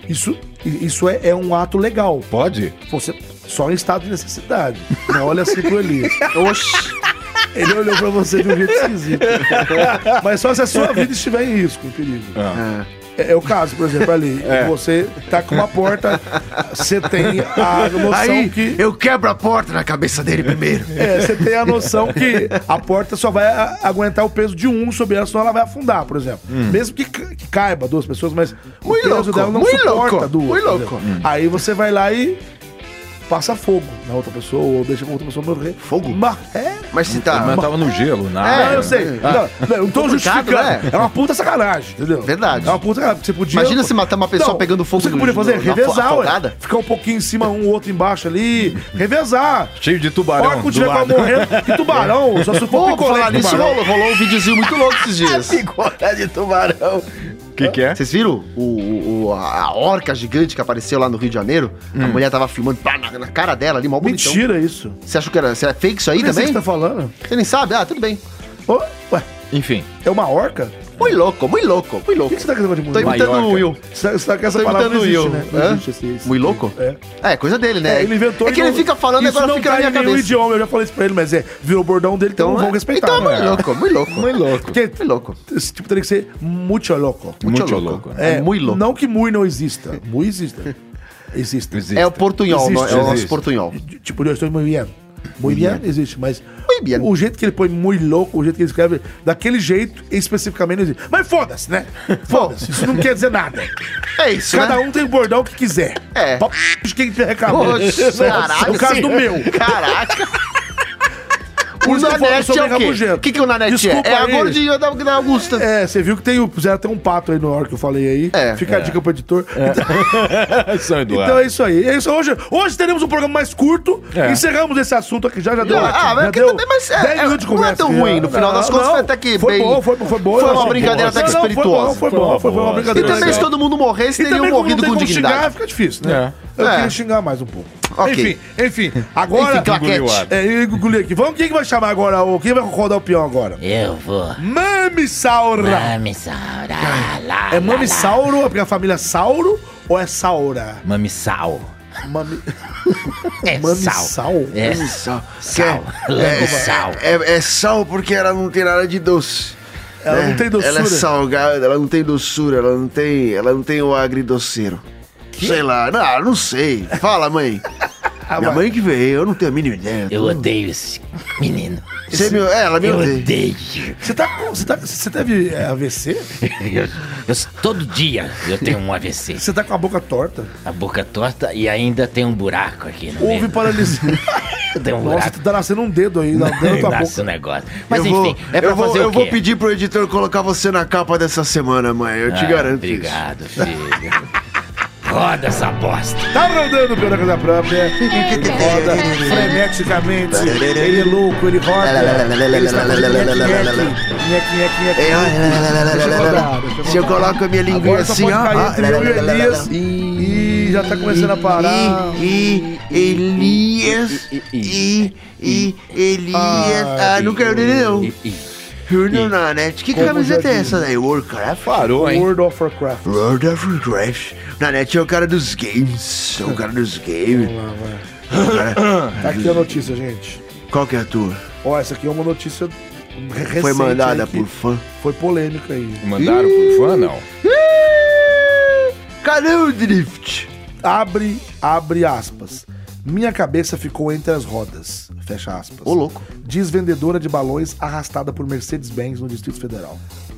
C: Isso, isso é, é um ato legal.
B: Pode?
C: Você só em estado de necessidade. Não olha assim pro Elias. Oxi. Ele olhou pra você de um jeito esquisito. Mas só se a sua vida estiver em risco, querido. É, é o caso, por exemplo, ali. Você tá com uma porta, você tem a noção
A: Aí
C: que.
A: eu quebro a porta na cabeça dele primeiro.
C: É, você tem a noção que a porta só vai a- aguentar o peso de um sobre ela, senão ela vai afundar, por exemplo. Mesmo que, ca- que caiba duas pessoas, mas
F: Hum. Muito
C: o peso
F: louco,
C: dela não
F: muito
C: suporta
F: louco, muito
C: duas. por exemplo.
F: louco. Hum.
C: Aí você vai lá e passa fogo na outra pessoa, ou deixa a outra pessoa morrer. Fogo? é,
F: Mas se tá.
B: Mas tava no gelo, na
F: Ah,
C: não,
B: água.
C: É, eu sei.
F: é.
C: Não, não, eu não tô
F: Complicado,
C: justificando.
F: né?
C: É uma puta sacanagem, entendeu?
F: Verdade.
C: É uma puta sacanagem. porque Você podia.
F: Imagina se matar uma pessoa
C: Não,
F: pegando fogo
C: Você que
F: no-
C: podia fazer?
F: no- na
C: revezar, ué.
F: afogada?
C: Ficar um pouquinho em cima, um outro embaixo ali. Revezar.
B: Cheio de tubarão
C: Porco
B: do
C: tiver pra
B: lado.
C: morrer. Que tubarão. Só se for
F: Pô, por
C: picolé
F: falar
C: de
F: nisso,
C: tubarão.
F: rolou, rolou um videozinho muito louco esses dias.
B: O que que é?
F: Vocês viram o, o- o- a a orca gigante que apareceu lá no Rio de Janeiro? A mulher tava filmando pá, na, na cara dela ali, mal bonitão.
C: Hum. Mentira isso.
F: Você achou que era, você é fake isso aí
C: Não sei o
F: também?
C: que você tá falando.
F: Você nem sabe? Ah, tudo bem.
C: Ô, ué,
B: Enfim.
C: é uma orca?
F: Muito louco, muito louco, muito
C: O
F: louco.
C: que você tá querendo de
F: Tô
C: mulher?
F: imitando
B: Maiorca.
F: o Will.
C: Você tá- você tá com essa
F: Tô
C: palavra não
F: imitando o
C: existe,
F: Will.
C: né? Não
F: Hã?
C: existe esse- esse-
F: Muito louco?
C: É.
F: É, coisa dele, né?
C: É, ele inventou
F: É que
C: e
F: ele
C: não-
F: fica falando e
C: isso
F: agora
C: não
F: fica
C: tá
F: na minha
C: em nenhum
F: cabeça.
C: idioma, eu já falei isso pra ele, mas é, virou o bordão dele, então, não vão
F: é-
C: respeitar.
F: Então,
C: né?
F: muito louco, muito louco. Muito louco.
C: Porque
F: Muito louco.
C: esse tipo teria que ser muito louco.
B: Muito
F: louco.
B: louco. né?
F: É muito louco.
C: Não que mui não exista. Mui existe. Existe.
B: Existe.
F: É o portunhol,
C: Existe,
F: no- é o nosso
B: existe.
F: portunhol.
C: Tipo, eu estou muito bien. Muito bien existe, mas...
F: Muy bien.
C: O jeito que ele põe muito louco, o jeito que ele escreve, daquele jeito, especificamente, não existe. Mas foda-se, né? Foda-se, isso não quer dizer nada.
F: É isso,
C: Cada
F: né?
C: um tem o bordão que quiser.
F: É.
C: Pau de quem te reclamou.
F: Oxe,
C: É o caso do meu.
F: Caraca.
C: Por
F: O
C: isso eu falo
F: Nanete
C: sobre
F: é o quê?
C: rabugento.
F: O que, que o Nanete é?
C: Desculpa
F: É a
C: aí.
F: gordinha da, da Augusta.
C: É, você viu que tem o, fizeram até um pato aí no hora que eu falei aí.
F: É.
C: Fica a dica pro editor.
B: São Eduardo.
C: Então é isso aí. É isso. Hoje, hoje teremos um programa mais curto.
B: É.
C: Encerramos esse assunto aqui. Já, já deu.
F: Ah,
C: ótimo.
F: mas
C: já
F: que
C: deu
F: também, mas é-
C: 10
F: é-
C: minutos de
F: não é
C: conversa.
F: tão ruim, no final das contas, foi até que
C: foi
F: bem-
C: Bom, foi, bom, foi bom.
F: Foi uma
C: Não,
F: brincadeira até que
C: não, foi
F: espirituosa.
C: bom, Foi bom, foi bom. Uma
B: boa.
F: E
C: brincadeira
F: também se
C: legal.
F: todo mundo morresse,
C: E
F: teriam
C: também quando não
F: morrido
C: tem
F: com
C: como xingar,
F: dignidade.
C: fica difícil, né? Eu
F: É.
C: queria xingar mais um pouco.
F: Ok.
C: Enfim, enfim. Agora...
F: Enfim, claquete.
C: Engoliu o ar. É, eu engoli aqui. Vamos, quem que vai chamar agora? o- Quem vai rodar o peão agora?
H: Eu vou.
C: Mami Saura.
H: Mamissaura.
C: É Mami Sauro, é porque a família é Sauro ou é Saura?
H: Mamissal.
C: Mami...
H: É
C: Mami
H: sal.
C: Sauro?
H: É
A: Sal.
H: sal.
A: É,
H: Lambissal.
A: é, é sal porque ela não tem nada de doce.
C: Ela
A: né?
C: não tem doçura.
A: Ela é salgada, ela não tem doçura, ela não tem, ela não tem o agridoceiro. Sei lá, não, não sei. Fala, mãe. Minha
C: vai.
A: mãe que veio, eu não tenho a mínima ideia.
H: Eu odeio esse menino.
A: Você me, é, ela me
H: Eu
A: odeia.
H: odeio.
C: Você tá com- você tá- você teve é, AVC?
H: Eu, eu- todo dia eu tenho um AVC.
C: Você tá com a boca torta?
H: A boca torta e ainda tem um buraco aqui no
C: Houve
H: meio.
C: paralisia.
H: Tem um
C: Nossa,
H: buraco.
C: tu tá nascendo um dedo aí, na dentro da tua
H: Nasce um
C: boca.
H: negócio. Mas
A: eu
H: enfim,
A: vou,
H: é pra
A: eu vou,
H: fazer
A: eu
H: o quê?
A: vou pedir pro editor colocar você na capa dessa semana, mãe. Eu te
H: Ah,
A: garanto. isso.
H: Obrigado, filho. Roda essa bosta.
C: Tá rodando pela casa própria. Ele
D: É,
C: é roda freneticamente. Ele é louco, ele roda. Ele está fazendo nheque, nheque, nheque, nheque,
A: É,
C: nheque.
A: ó,
C: Deixa eu rodar, deixa eu
A: Se eu
C: rodar.
A: coloco a minha linguinha
C: Agora só
A: assim,
C: pode
A: ó.
C: cair entre eu e o
A: ó,
C: Elias. já tá começando a parar.
A: E, e Elias. E, e Elias. Ah, não quero ler não. Júnior na net. Que
C: Como
A: camiseta
C: já
A: é
C: diz. Ah,
A: essa daí? Warcraft?
B: Parou, hein?
C: World of Warcraft.
A: World of Warcraft. Na net é o cara dos games. É o cara dos games.
C: Tá aqui a notícia, gente.
A: Qual que é a tua?
C: Ó, essa aqui é uma notícia recente.
A: Foi mandada
C: aí que
A: por fã.
C: Foi polêmica aí.
B: Mandaram por fã, não?
A: Cadê o drift?
C: Abre, abre aspas. Minha cabeça ficou entre as rodas. Fecha aspas.
F: Ô, louco.
C: Diz vendedora de balões arrastada por Mercedes-Benz no Distrito Federal.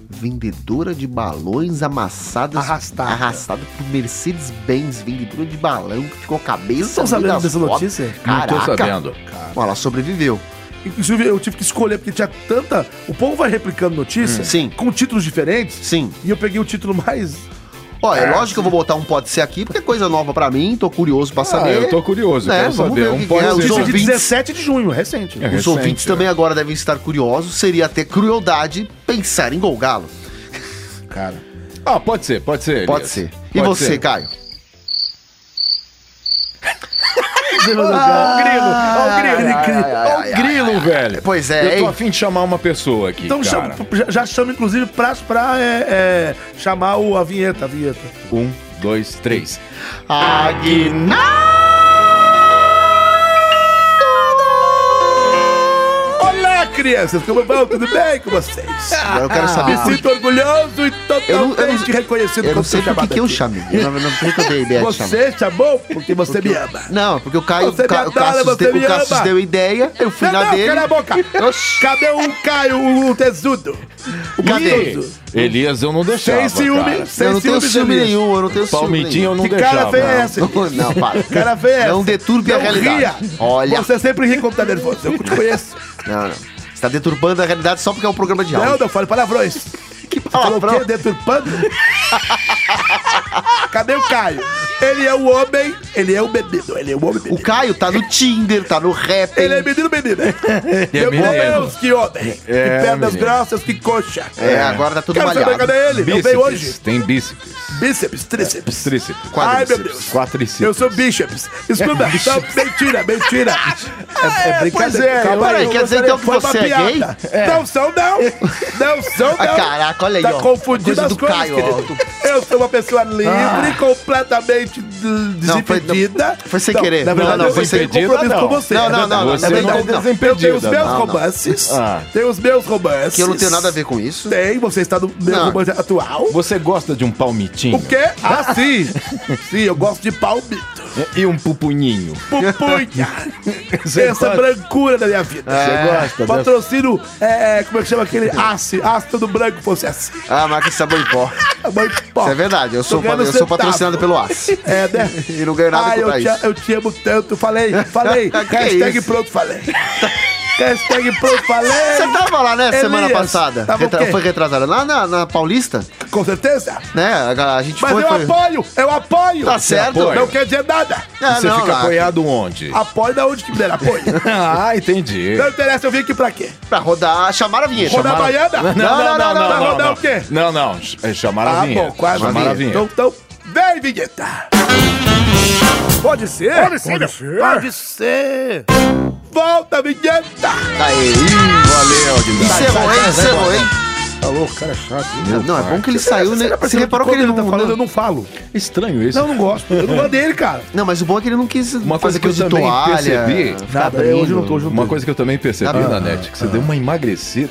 F: Vendedora de balões amassadas.
C: Arrastada.
F: Arrastada por Mercedes-Benz. Vendedora de balão que ficou a cabeça.
C: Vocês estão
F: no meio
C: sabendo
F: das
C: dessa
F: rodas.
C: notícia?
B: Não tô
F: Caraca.
B: sabendo.
F: Ó, ela sobreviveu.
C: Inclusive, eu tive que escolher, porque tinha tanta. O povo vai replicando notícia
F: Hum. Sim.
C: com títulos diferentes.
F: Sim.
C: E eu peguei o título mais.
F: Ó, é lógico que eu vou botar um pode ser aqui, porque é coisa nova pra mim, tô curioso pra
B: Ah,
F: saber.
B: eu tô curioso,
F: É,
B: quero
F: vamos ver
B: saber.
F: o
B: Um
F: que
B: pode
F: que é, os
B: ser.
C: Notícia de
F: ouvintes-
C: 17 de junho, recente.
B: É
F: Os
B: recente,
F: ouvintes
B: né?
F: também agora devem estar curiosos, seria até crueldade pensar em golgá-lo.
C: Cara.
B: Ah, pode ser, pode ser.
F: Pode
B: Elias.
F: ser. E
B: Pode
F: você,
B: ser.
F: Caio?
C: Olha Ah, o grilo, olha o grilo. Ele cri-
B: É um grilo, velho.
F: Pois é,
B: Eu tô
F: hein?
B: afim de chamar uma pessoa aqui,
C: Então
B: cara.
C: chama- já, já chama, inclusive, pra, pra é, é, chamar o, a vinheta, a vinheta.
B: Um, dois, três.
F: Aguinaldo!
C: Olá, crianças, como vão? Tudo bem com vocês?
F: Agora eu quero saber.
C: Me
B: Ah.
C: sinto orgulhoso e
F: Eu não- eu não-
C: totalmente reconhecido
F: Eu não
C: como
F: sei
C: seu
F: por que,
C: chamado
F: que eu
C: aqui.
F: chamei. Eu não, não sei que eu dei ideia de chamar.
C: Você chamou porque você me ama.
F: Não, porque o Caio,
C: Você me
F: o Ca- o
C: adora,
F: Cassius,
C: você
F: deu-
C: me
F: o Cassius
C: ama.
F: deu ideia, eu fui na dele.
C: cala a boca. Cadê o Caio, o tesudo? O
F: Cadê?
C: Caio.
B: Elias, eu não deixava,
C: Sem é ciúme,
B: cara.
C: sem
F: Eu não tenho
C: ciúmes,
F: ciúme
C: Elias.
F: nenhum, eu não tenho ciúme
B: Palmitinho
F: nenhum.
B: eu não
C: Que
B: deixava.
C: cara feia é essa?
F: Não, não, para.
C: Cara feia é essa?
F: Não deturpe a
C: Não
F: realidade.
C: ria.
F: Olha.
C: Você sempre ri quando tá nervoso, eu te conheço.
F: Não, não. Você tá deturpando a realidade só porque é um programa de
C: Não,
F: áudio.
C: não fale palavrões.
F: que
C: Falou o
F: palavrão.
C: quê? Deturpando? Cadê o Caio? Ele é o homem, ele é o bebido, ele é o homem
F: O
C: bebido.
F: Caio tá no Tinder, tá no rap.
C: Ele é menino, menino.
F: É
C: Meu
B: menino.
C: Deus, que homem.
B: É,
C: que pernas
B: menino.
C: grossas, que coxa.
F: É, agora tá tudo
C: Quero saber
F: malhado.
C: cadê ele? Eu veio hoje.
B: Tem bíceps.
C: Bíceps, tríceps.
B: Tríceps.
C: Ai, meu
F: Quadríceps. É
C: Deus.
B: Quadríceps.
C: Eu sou Bishops. Desculpa, não, mentira, mentira. É, é brincadeira. Calma
F: Peraí,
C: eu
F: quer dizer
C: gostaria-
F: então que
C: foi uma
F: você é
C: piada. Não são, não. Não são, não.
F: Ah, caraca, olha aí,
C: Tá
F: ó.
C: confundindo
F: Coisa
C: as
F: do
C: coisas,
F: Caio, Ah.
C: querido. Eu sou uma pessoa livre, completamente de-
F: Não, foi-
C: desimpedida.
F: foi sem querer.
C: Na verdade,
F: Não, não,
C: eu
F: foi
C: tenho
F: sem-
C: compromisso
B: não.
C: com você.
F: Não, não,
C: é verdade.
F: não, não,
C: É
B: você não
C: verdade.
B: tá
C: Eu tenho os
B: desimpedida,
C: meus
B: não.
C: romances.
B: Ah.
C: Tenho os meus romances.
F: Que eu não tenho nada a ver com isso.
C: Tem, você está no meu
F: Não.
C: romance atual.
B: Você gosta de um palmitinho?
C: O quê? Ah, sim. sim, eu gosto de palmito.
B: E um pupunhinho?
C: Pupunha. Essa
B: gosta?
C: brancura da minha vida.
F: É.
B: Você gosta né? dessa?
C: Patrocínio, é, é, como é que chama aquele? Ace, Ace todo branco fosse assim.
F: Ah, marca esse sabor em pó.
C: Mãe, pô.
F: Isso é verdade, eu
C: Tô
F: sou,
C: ganhando
F: eu sou
C: centavo.
F: patrocinado pelo Aço.
C: É, né?
F: E não ganho nada
C: Ai,
F: com
C: eu te,
F: isso.
C: eu te amo tanto. Falei, falei.
F: Que
C: Hashtag
F: isso?
C: pronto, falei. Hashtag pronto, falei.
F: Você tava lá, né,
C: Elias,
F: semana passada?
C: tava o
F: Retra-
C: quê?
F: Foi retrasada lá na, na Paulista,
C: Com certeza?
F: né? A, a gente
C: Mas
F: foi,
C: eu
F: foi...
C: apoio, eu apoio.
F: Tá certo.
B: apoia?
C: Não quer dizer nada.
F: Ah,
B: Você
F: não,
B: fica
F: lá.
B: apoiado onde?
C: Apoio da onde que me der apoio.
B: Ah, entendi.
C: Não interessa, eu vim aqui pra quê?
F: Pra rodar, chamar a vinheta.
C: Rodar a
F: Chamaram-
C: baiana?
F: não, não, não,
C: Vai
B: não,
C: rodar
B: não.
C: o quê?
B: Não, não. ch- é Chamar a
C: Ah,
B: vinheta.
C: bom, quase.
B: Chamar a vinheta.
C: Então, então, vem, vinheta. Pode ser? Pode ser. Pode ser. Volta, vinheta.
F: Aí, valeu, Encerrou, hein? Encerrou, hein?
C: Tá louco, cara é chato.
F: Não, não, é bom que ele saiu, né? Você
C: percebeu
F: reparou que
C: quando
F: ele não...
C: tá falando, eu
F: não...
C: não falo.
B: Estranho isso.
C: Não, eu não gosto. Eu não gosto dele, cara.
F: Não, mas o bom é que ele não quis
B: Uma coisa
F: fazer
B: que eu
F: coisa de
B: também
F: toalha.
B: percebi-
F: ficar
C: Nada, eu hoje
F: abrindo.
C: não tô junto.
B: Uma coisa que eu também percebi
F: Ah.
B: na net, que você deu uma emagrecida.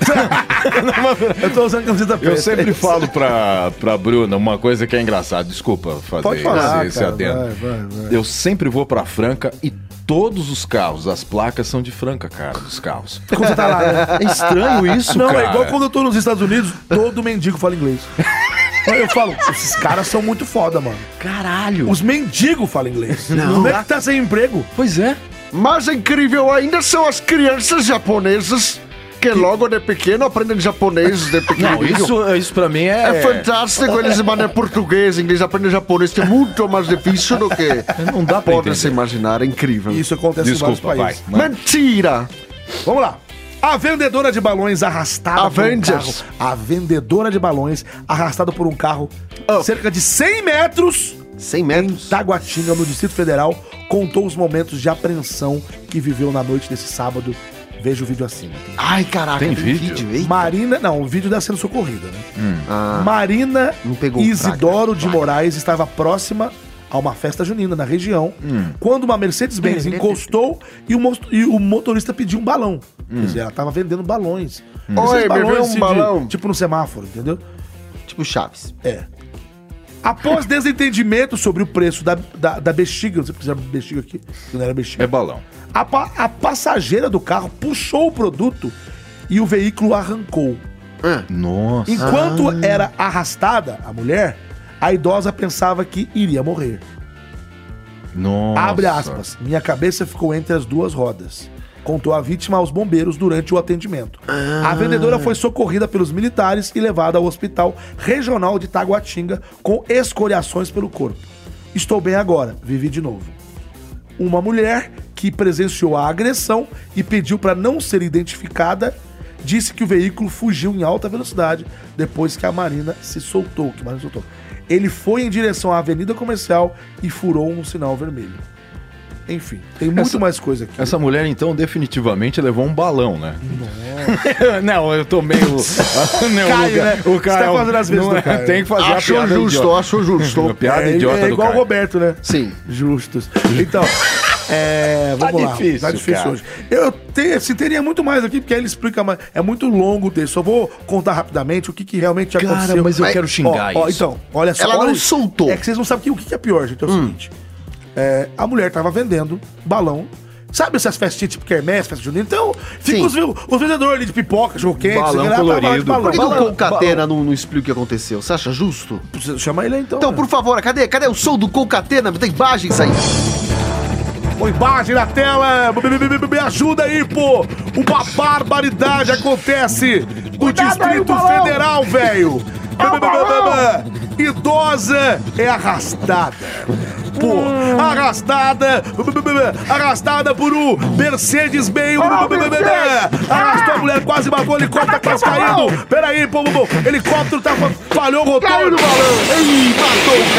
C: Eu tô usando camiseta preta.
B: Eu sempre falo pra, pra Bruna uma coisa que é engraçada. Desculpa fazer
C: Pode falar,
B: esse, esse
C: cara,
B: adendo.
C: vai, vai, vai.
B: Eu sempre vou pra Franca e todos os carros, as placas são de Franca, cara, dos carros.
C: Quando você tá lá, né?
B: É estranho isso,
C: Não,
B: cara.
C: é igual quando eu tô nos Estados Unidos, todo mendigo fala inglês. Aí eu falo, esses caras são muito foda, mano.
B: Caralho.
C: Os mendigos falam inglês. Como é que tá sem emprego?
B: Pois é.
F: Mas incrível ainda são as crianças japonesas que logo de pequeno aprendem japonês de pequeno.
B: Não, isso, isso pra mim
F: É
B: é...
F: fantástico, eles aprendem português, inglês, aprendem japonês, que é muito mais difícil do que
B: Não dá pra
F: podem se
B: entender.
F: imaginar, é incrível.
C: Isso acontece em
B: Desculpa,
C: vários
B: vai.
C: países.
B: Mas-
F: Mentira!
C: Vamos lá. A vendedora de balões arrastada
F: Avengers.
B: Oh.
C: por um carro. A vendedora de balões arrastada por um carro cerca de 100 metros
F: 100 metros.
C: Em Taguatinga, no Distrito Federal, contou os momentos de apreensão que viveu na noite desse sábado. Veja o vídeo acima.
F: Ai, caraca,
B: Tem vídeo?
F: hein?
C: Marina, não, o vídeo da sendo socorrida, né?
B: Hum.
F: Ah,
C: Marina
F: não pegou o
C: Isidoro de
F: crack, né?
C: Moraes estava próxima a uma festa junina na região,
B: Hum.
C: quando uma Mercedes-Benz encostou e o, mos- e o motorista pediu um balão.
B: Hum.
C: Quer dizer, ela estava vendendo balões.
E: Oi, me vê um
C: assim de-
E: balão.
C: tipo no semáforo, entendeu?
F: Tipo Chaves.
C: É. Após desentendimento sobre o preço da, da, da bexiga, não sei porque era bexiga aqui, não era bexiga.
B: É balão.
C: A, pa- a passageira do carro puxou o produto e o veículo arrancou.
F: Hum.
B: Nossa. Ah.
C: Enquanto era arrastada, a mulher, a idosa pensava que iria morrer.
B: Nossa.
C: Abre aspas. Minha cabeça ficou entre as duas rodas. Contou a vítima aos bombeiros durante o atendimento.
B: Ah.
C: A vendedora foi socorrida pelos militares e levada ao hospital regional de Taguatinga com escoriações pelo corpo. Estou bem agora, vivi de novo. Uma mulher que presenciou a agressão e pediu para não ser identificada disse que o veículo fugiu em alta velocidade depois que a Marina se soltou. Que a Marina soltou. Ele foi em direção à avenida comercial e furou um sinal vermelho. Enfim, tem muito
B: Essa-
C: mais coisa aqui.
B: Essa mulher, então, definitivamente levou um balão, né? não, eu tô meio. Não,
C: Caio,
B: o Ca-
C: né?
B: O cara
C: Você tá fazendo as vezes
B: não é,
C: do Caio.
B: Tem que fazer a
F: Acho
B: piada
F: justo,
B: idiota.
F: acho
B: A
F: justo.
B: piada
C: é,
B: idiota
C: é
B: do
C: igual o
B: Caio.
C: Roberto, né?
F: Sim.
C: Justos. Então, é, vamos
B: Tá
C: lá.
B: difícil,
C: tá difícil
B: cara.
C: hoje. Eu tenho, assim, teria muito mais aqui, porque aí ele explica mais. É muito longo o texto. Só vou contar rapidamente o que, que realmente
B: Cara,
C: aconteceu.
B: mas eu
C: Ó,
B: quero xingar
C: ó,
B: isso.
C: Então, olha só.
F: Ela não
C: olha-
F: soltou.
C: É que vocês não sabem que, o que que é pior, gente. É o
B: Hum.
C: seguinte. É, a mulher tava vendendo balão. Sabe essas festinhas tipo quermesse, festa junina? Então, fica
F: Sim.
C: os, os vendedores ali de pipoca, jogo quente, sei
B: Balão
C: lá, pra baixo,
B: colorido.
C: balão.
F: Por que que o
C: Balão,
F: Concatena não, não explica o que aconteceu? Você acha justo?
C: balão. Chama ele aí, então.
F: Então,
C: né?
F: por favor, cadê? Cadê o som do Concatena? Tem imagens aí.
C: Põe imagem na tela, me, me- me- me- me ajuda aí, pô! Uma barbaridade acontece no Distrito Federal, velho! Bã, bã, bã, bã, bã. Idosa é arrastada.
F: Hum.
C: Pô, arrastada, bã, bã, bã, bã, arrastada por um Mercedes meio.
F: Ah.
C: Arrastou a mulher, quase matou, helicóptero tá
F: é
C: quase caindo. Peraí, pô, pô, pô, helicóptero tá, falhou o rotor.
F: Caiu no balão. Ei, matou o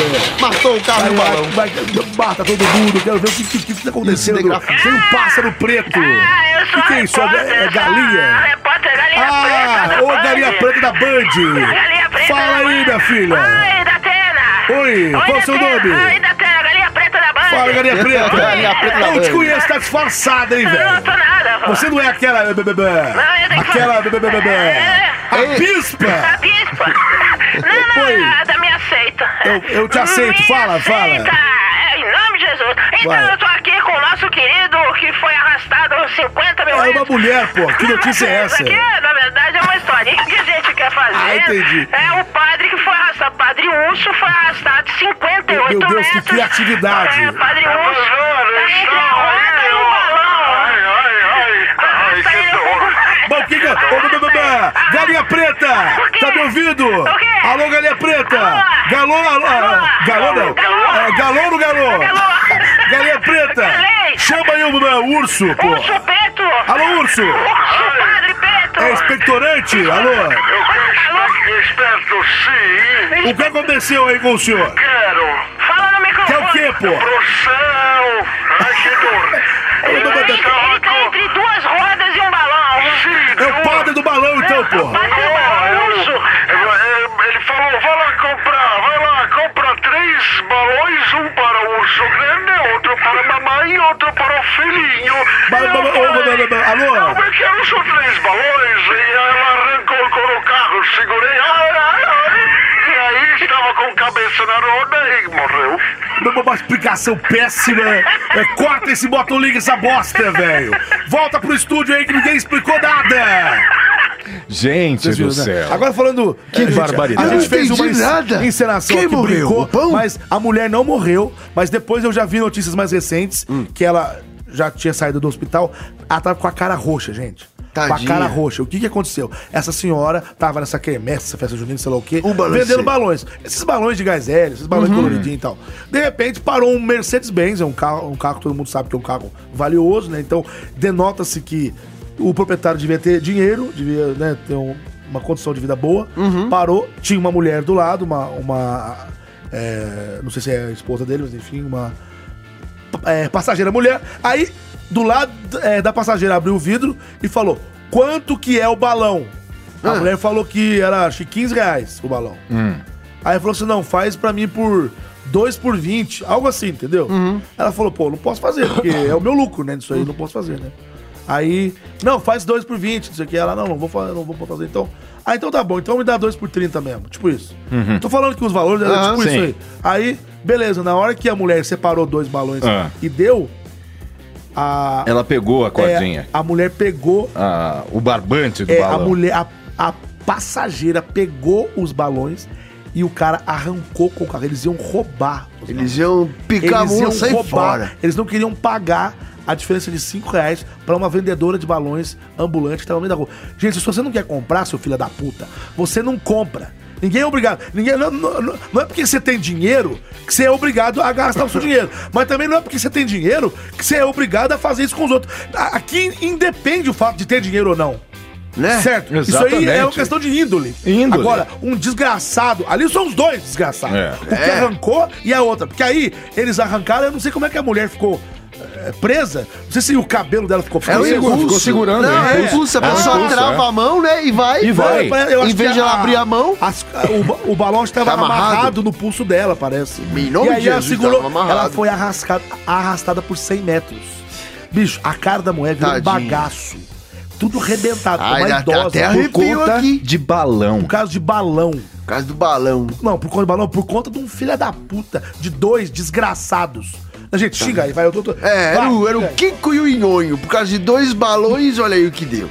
F: carro. Matou o carro no balão.
C: Vai, mata todo mundo, quero ver o que, que, que tá acontecendo. Tem um pássaro preto.
I: Ah, eu sou
C: que que
I: a
C: é isso? É,
I: repórter, Ah,
C: é galinha?
I: repórter Galinha Preta.
C: Ah,
I: da
C: ô
I: Band.
C: galinha preta da
I: Galinha
C: Band.
I: Preta
C: Fala
I: da
C: aí,
I: Band.
C: minha filha.
I: Oi, Datena.
C: Oi, qual
I: Datena.
C: o seu nome?
I: Oi, Datena, Galinha Preta da Band.
C: Fala, galinha preta.
F: Galinha preta da
C: Eu te
F: Band.
C: conheço, tá disfarçada, hein,
I: Eu Não,
C: velho.
I: tô nada. vô.
C: Você não é aquela. eh, bê, bê, bê.
I: eu tenho que
C: Aquela.
I: fazer-
C: bê, bê, bê, bê, bê.
I: É.
C: A
I: A
C: bispa.
I: bispa. Tá Não, não,
C: é? Oi.
I: não, da minha seita.
C: Eu- eu te aceito,
I: Me
C: fala, fala.
I: aceita, é, Em nome de Jesus. Então
C: Vai.
I: eu tô aqui com o nosso querido que foi arrastado aos 50 mil
C: É uma
I: metros.
C: mulher, pô. Que notícia é essa?
I: Isso aqui, na verdade, é uma historinha que a gente quer fazer.
C: Ah, entendi.
I: É o padre que foi arrastado. O padre Urso foi arrastado 58
C: Meu Deus, que-
I: metros.
C: que atividade.
I: É, padre Urso. Tá entre a roda e o balão. Arrasta ele um pouco.
C: Bom, que que... Ô, bê, bê, bê, bê. Galinha preta!
I: Por quê?
C: Tá me ouvindo?
I: Por quê?
C: Alô, galinha preta!
I: Alô?
C: Galô, alô! ah,
I: Alô?
C: Galô, não!
I: Galô?
C: É, Galô no galô!
I: Galô?
C: Galinha preta!
I: Galei!
C: Chama aí o meu urso, pô!
I: Urso Preto.
C: Alô, urso!
I: Urso Padre Preto.
C: É inspectorante? Alô?
I: Alô?
E: Esperto, sim,
C: O que aconteceu aí com o senhor?
E: quero.
I: Fala no microfone.
C: Quer o quê, pô?
E: Pro céu,
I: Ele tá, entre, ele tá entre duas rodas e um balão.
C: É o padre do balão, então,
I: O
C: pô!
I: padre do balão, urso.
E: Ele falou, vai lá comprar, vai lá, compra três balões, um para o urso grande, outro para a mamãe e outro para o filhinho.
C: Ba- ba- ba- ô, ba- ba- ba- alô?
E: Como é que eram só três balões? E ela arrancou com o carro, segurei, ai, ai, ai. E aí estava com a cabeça na roda e morreu.
C: Uma, uma explicação péssima! É, corta esse botão, liga essa bosta, velho! Volta pro estúdio aí que ninguém explicou nada!
B: Gente do céu.
C: né? Agora falando.
B: Que
C: a gente-
B: barbaridade.
C: A gente fez
A: Não
C: uma
A: entendi
C: ens-
A: nada.
C: encenação
A: Quem
C: que
A: morreu?
C: brincou,
A: O pão?
C: mas a mulher não morreu. Mas depois eu já vi notícias mais recentes
A: Hum.
C: que ela já tinha saído do hospital. Ela tava com a cara roxa, gente. Com a
A: Tadinha.
C: cara roxa. O que que aconteceu? Essa senhora tava nessa quermesse, essa festa junina, sei lá o quê,
A: Um balão
C: vendendo
A: seco.
C: balões. Esses balões de gás hélio, esses balões coloridinhos e tal. De repente parou um Mercedes-Benz, é um carro, um carro que todo mundo sabe que é um carro valioso, né? Então denota-se que o proprietário devia ter dinheiro, devia né, ter um- uma condição de vida boa. Parou, tinha uma mulher do lado, uma, uma é, não sei se é a esposa dele, mas enfim, uma é, passageira mulher. Aí, do lado é, da passageira, abriu o vidro e falou: quanto que é o balão? A mulher falou que era acho que 15 reais o balão. Aí ele falou assim: não, faz pra mim por 2 por 20, algo assim, entendeu? Ela falou: pô, não posso fazer, porque é o meu lucro, né? Disso aí, não posso fazer, né? Aí, não, faz 2 por 20, não sei o que. Ela, não, não vou fazer, não vou fazer então. Ah, então tá bom, então me dá 2 por 30 mesmo, tipo isso.
B: Uhum.
C: Tô falando que os valores era
B: Aham,
C: tipo
B: sim.
C: isso aí. Aí, beleza, na hora que a mulher separou dois balões
B: Ah.
C: e deu, a.
B: Ela pegou a cordinha.
C: é, a mulher pegou
B: Ah, o barbante do
C: é, a
B: balão.
C: mulher, a, a passageira pegou os balões e o cara arrancou com o carro. Eles iam roubar. os
A: Eles
C: balões.
A: iam picar
F: um,
A: a mão e sair fora.
C: Eles não queriam pagar a diferença de 5 reais pra uma vendedora de balões ambulante que tava no meio da rua. Gente, se você não quer comprar, seu filho da puta, você não compra. Ninguém é obrigado. Ninguém, não, não- não- não é porque você tem dinheiro que você é obrigado a gastar o seu dinheiro. Mas também não é porque você tem dinheiro que você é obrigado a fazer isso com os outros. A- Aqui independe o fato de ter dinheiro ou não.
A: Né?
C: Certo? Isso aí é uma
B: Exatamente.
C: questão de índole.
B: Índole.
C: Agora, um desgraçado. Ali são os dois desgraçados.
B: É.
C: O que
B: É.
C: arrancou e a outra. Porque aí eles arrancaram, eu não sei como é que a mulher ficou eh, presa. Não sei se o cabelo dela ficou
F: É o impulso. Não, é o impulso. A pessoa trava a mão, né? E vai. Em vez de ela abrir a mão.
C: o, ba- o balão estava
F: Tá amarrado.
C: amarrado. no pulso dela, parece.
F: nome
C: e aí
F: de
C: ela
F: Jesus,
C: segurou.
F: tava amarrado.
C: Ela foi arrascada- arrastada por 100 metros. Bicho, a cara da mulher virou um
F: Tadinha.
C: bagaço. Tudo arrebentado.
F: Ai,
C: uma
F: dá- dá até arrepio aqui.
B: de balão.
C: Por causa de balão. Por
A: causa do balão.
C: Não, por conta do balão, por conta de um filho da puta, de dois desgraçados. A gente xinga aí, vai. Eu tô, tô-
A: É, era,
C: vai,
A: o, era o
C: xinga aí.
A: Kiko e o Inhonho. Por causa de dois balões, olha aí o que deu.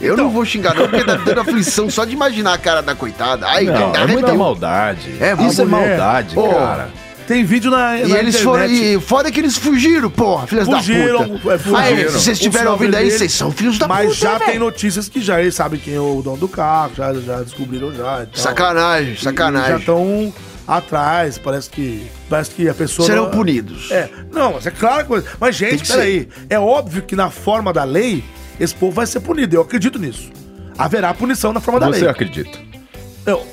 A: Eu não vou xingar, não, porque tá dando aflição só de imaginar a cara da coitada. Ai, tá
B: Não,
A: dá
B: é muita
A: arrepio.
B: maldade.
A: Então, É,
B: Isso é
A: mulher.
B: maldade,
A: Ô,
B: cara.
C: Tem vídeo na,
A: E eles foram. E foda que eles fugiram, porra, filhas
C: Fugiram,
A: da puta.
C: é, fugiram.
A: Aí, se vocês estiverem
C: O
A: ouvindo aí,
C: deles-
A: vocês são filhos da
C: Mas
A: puta.
C: já
A: hein,
C: tem
A: velho?
C: notícias que já eles sabem quem é o dono do carro, já, já descobriram já. e tal.
A: Sacanagem,
C: E- e
A: sacanagem.
C: já estão atrás, parece que. Parece que a pessoa.
A: Serão punidos.
C: É. Não, mas é claro que. Mas,
A: Tem
C: gente,
A: que
C: peraí. É óbvio que na forma da lei, esse povo vai ser punido. Eu acredito nisso. Haverá punição na forma da lei.
B: Você acredita?
C: Eu,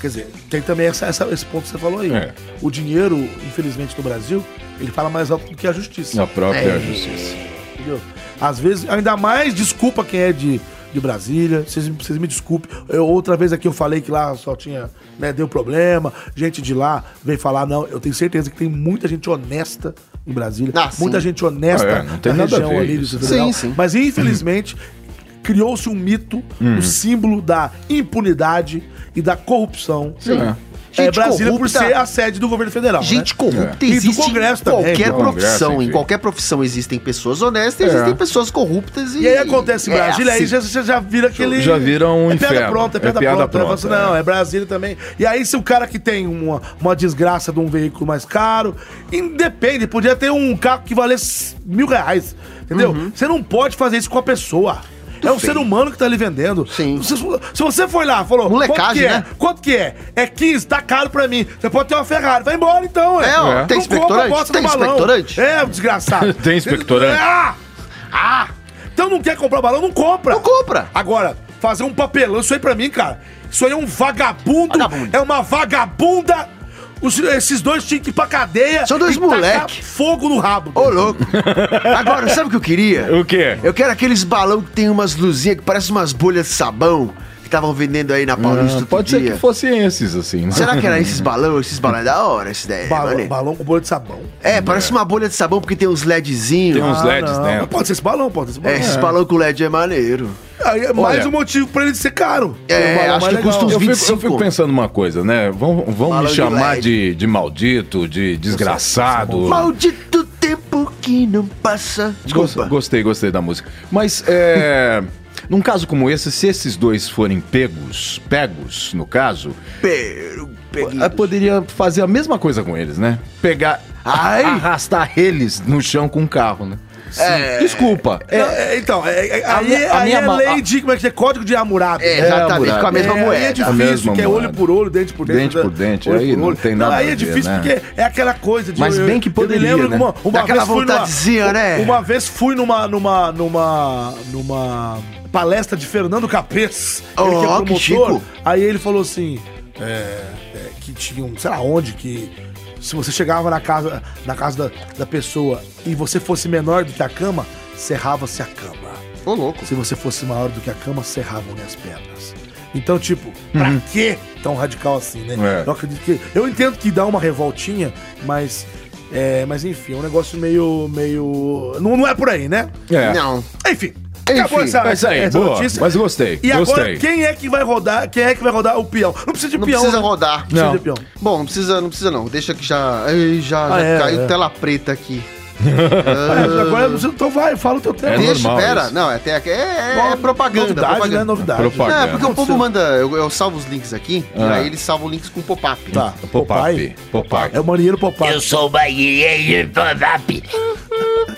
C: quer dizer, tem também essa- essa- esse ponto que você falou aí.
B: É.
C: O dinheiro, infelizmente, no Brasil, ele fala mais alto do que a justiça.
B: A própria
C: É.
B: justiça.
C: Entendeu? Às vezes, ainda mais, desculpa quem é de, de Brasília, vocês vocês me desculpem. Eu, outra vez aqui eu falei que lá só tinha, né, deu problema, gente de lá veio falar, não, eu tenho certeza que tem muita gente honesta em Brasília,
F: Ah, sim.
C: muita gente honesta
B: Ah, é, não tem
C: na
B: nada a
C: região
B: ver
C: ali do
B: isso.
C: Distrito Federal.
F: Sim, sim.
C: Mas infelizmente criou-se um mito,
B: Uhum.
C: um símbolo da impunidade e da corrupção.
F: Sim.
C: É.
F: Gente
C: É, Brasília
F: corrupta-
C: por ser a sede do governo federal.
F: Gente
C: né?
F: corrupta
C: E do
F: existe
C: Congresso
F: em
C: também.
F: qualquer
C: do
F: profissão.
C: Congresso,
F: em
C: enfim.
F: qualquer profissão existem pessoas honestas e
C: É.
F: existem pessoas corruptas. E,
C: E aí acontece em
F: É
C: Brasília, aí
F: assim.
C: já, já, já vira aquele.
B: Já vira um
C: é piada
B: inferno,
C: pronta, é piada, pronta. Aí fala assim, não, é Brasília também. E aí, se o cara que tem uma, uma desgraça de um veículo mais caro, independe, podia ter um carro que valesse mil reais. Entendeu?
F: Uhum.
C: Você não pode fazer isso com a pessoa. é um ser humano que tá ali vendendo. Sim. Se, se você foi lá, falou. quanto
F: Molecagem,
C: que é?
F: né?
C: Quanto que é? É 15, tá caro pra mim. Você pode ter uma Ferrari. Vai embora então,
F: É, ó, tem
C: Não compra
F: expectorante?
C: a bosta do
F: Tem
C: balão.
F: expectorante?
C: É, desgraçado.
B: Tem expectorante?
C: Ah! Ah! Então não quer comprar balão, não compra. Não
F: compra.
C: Agora, fazer um papelão, isso aí pra mim, cara. Isso aí é um vagabundo. É uma vagabunda. Os- esses dois tinham que ir pra cadeia.
A: São dois
C: e tacar
A: moleque.
C: Fogo no rabo.
A: Ô, louco. Agora, sabe o que eu queria?
B: O quê?
A: Eu quero aqueles balão que tem umas luzinhas que parecem umas bolhas de sabão que estavam vendendo aí na Paulista
B: Ah,
A: outro
B: pode ser
A: dia.
B: que fossem esses, assim. né?
A: Será que era esses balão? Esses balões da hora, esse daí.
C: Balão-
A: mané.
C: balão com bolha de sabão.
A: É, parece uma bolha de sabão porque tem uns LEDzinhos.
B: Tem uns LEDs
C: Ah,
B: né?
C: não.
B: dentro.
C: Pode ser esse balão, pode ser esse
A: É,
C: balão.
A: esses balão com LED é maneiro.
C: Aí é mais
B: Olha.
C: um motivo pra ele ser caro.
A: É,
C: um balão
A: acho
C: mais
A: que custa
C: legal.
A: uns
B: Eu fico,
A: 25
B: eu fico pensando uma coisa, né? Vão, vão
A: Balão
B: me
A: de
B: chamar
A: LED. é
B: de, de maldito, de desgraçado.
A: Maldito tempo que não passa.
B: Gos- Gostei, gostei da música. Mas é. Num caso como esse, se esses dois forem pegos, pegos no caso,
A: Pero, peguinho.
B: eu poderia fazer a mesma coisa com eles, né? Pegar,
A: Ai.
B: arrastar eles no chão com um carro, né?
A: É.
B: Desculpa.
C: Não, é, então, é, é,
B: A
C: aí,
B: minha- a
C: aí
B: minha
C: é
B: ma-
C: lei de, como é que é? Código de Hammurabi.
A: É, exatamente,
B: Hammurabi.
A: com a mesma
C: É, aí é
A: moeda.
C: difícil,
B: A mesma
C: que é
B: moeda.
C: olho por olho, dente por dente. né?
B: Dente por dente,
C: olho
B: aí não tem nada
C: Aí
B: a
C: é
B: ver,
C: difícil
B: né?
C: porque é aquela coisa de.
B: Mas bem que poderia,
C: Eu me lembro
B: né?
C: que uma, uma
A: Daquela
C: vez fui numa-
A: vontadezinha, né?
C: Uma vez fui numa. numa. numa. numa palestra de Fernando Capês. ele que
A: Oh,
C: é
A: Ó, que
C: promotor.
A: chico.
C: Aí ele falou assim. é, é, que tinha um, sei lá onde, que se você chegava na casa, na casa da, da pessoa e você fosse menor do que a cama, cerrava-se a cama.
F: Ô, louco.
C: Se você fosse maior do que a cama, cerravam-lhe as pernas. Então, tipo, pra que tão radical assim, né?
B: Uhum. É.
C: Eu acredito que. Eu entendo que dá uma revoltinha, mas. É, mas enfim, é um negócio meio. meio. Não, não é por aí, né?
B: É.
F: Não.
C: Enfim.
B: Enfim,
C: acabou essa,
B: é isso aí,
C: essa
B: boa,
C: notícia.
B: mas gostei,
C: E agora,
B: gostei.
C: quem é que vai rodar? Quem é que vai rodar o peão? Não precisa de
F: Não
C: peão.
F: precisa
C: né?
F: rodar.
C: Precisa
B: Não.
C: de peão.
F: Bom, não precisa, não precisa não. Deixa que já. Ei, já, já
C: Ah, é,
F: caiu
C: é.
F: tela preta aqui. Ah.
C: É, agora não precisa. Então vai, fala o teu tempo.
B: É
F: Deixa,
B: normal
F: pera.
B: isso.
F: Não, é, até- é, é, é propaganda.
C: Novidade,
F: propaganda.
C: né? Novidade.
B: Propaganda.
F: É, porque o povo manda. Eu, eu salvo os links aqui,
B: Ah.
F: e aí eles salvam links com pop-up.
C: Tá.
B: Popeye.
C: Popeye.
B: Popeye.
C: É o marinheiro Popeye.
H: Eu sou o banheiro pop-up.
F: Então,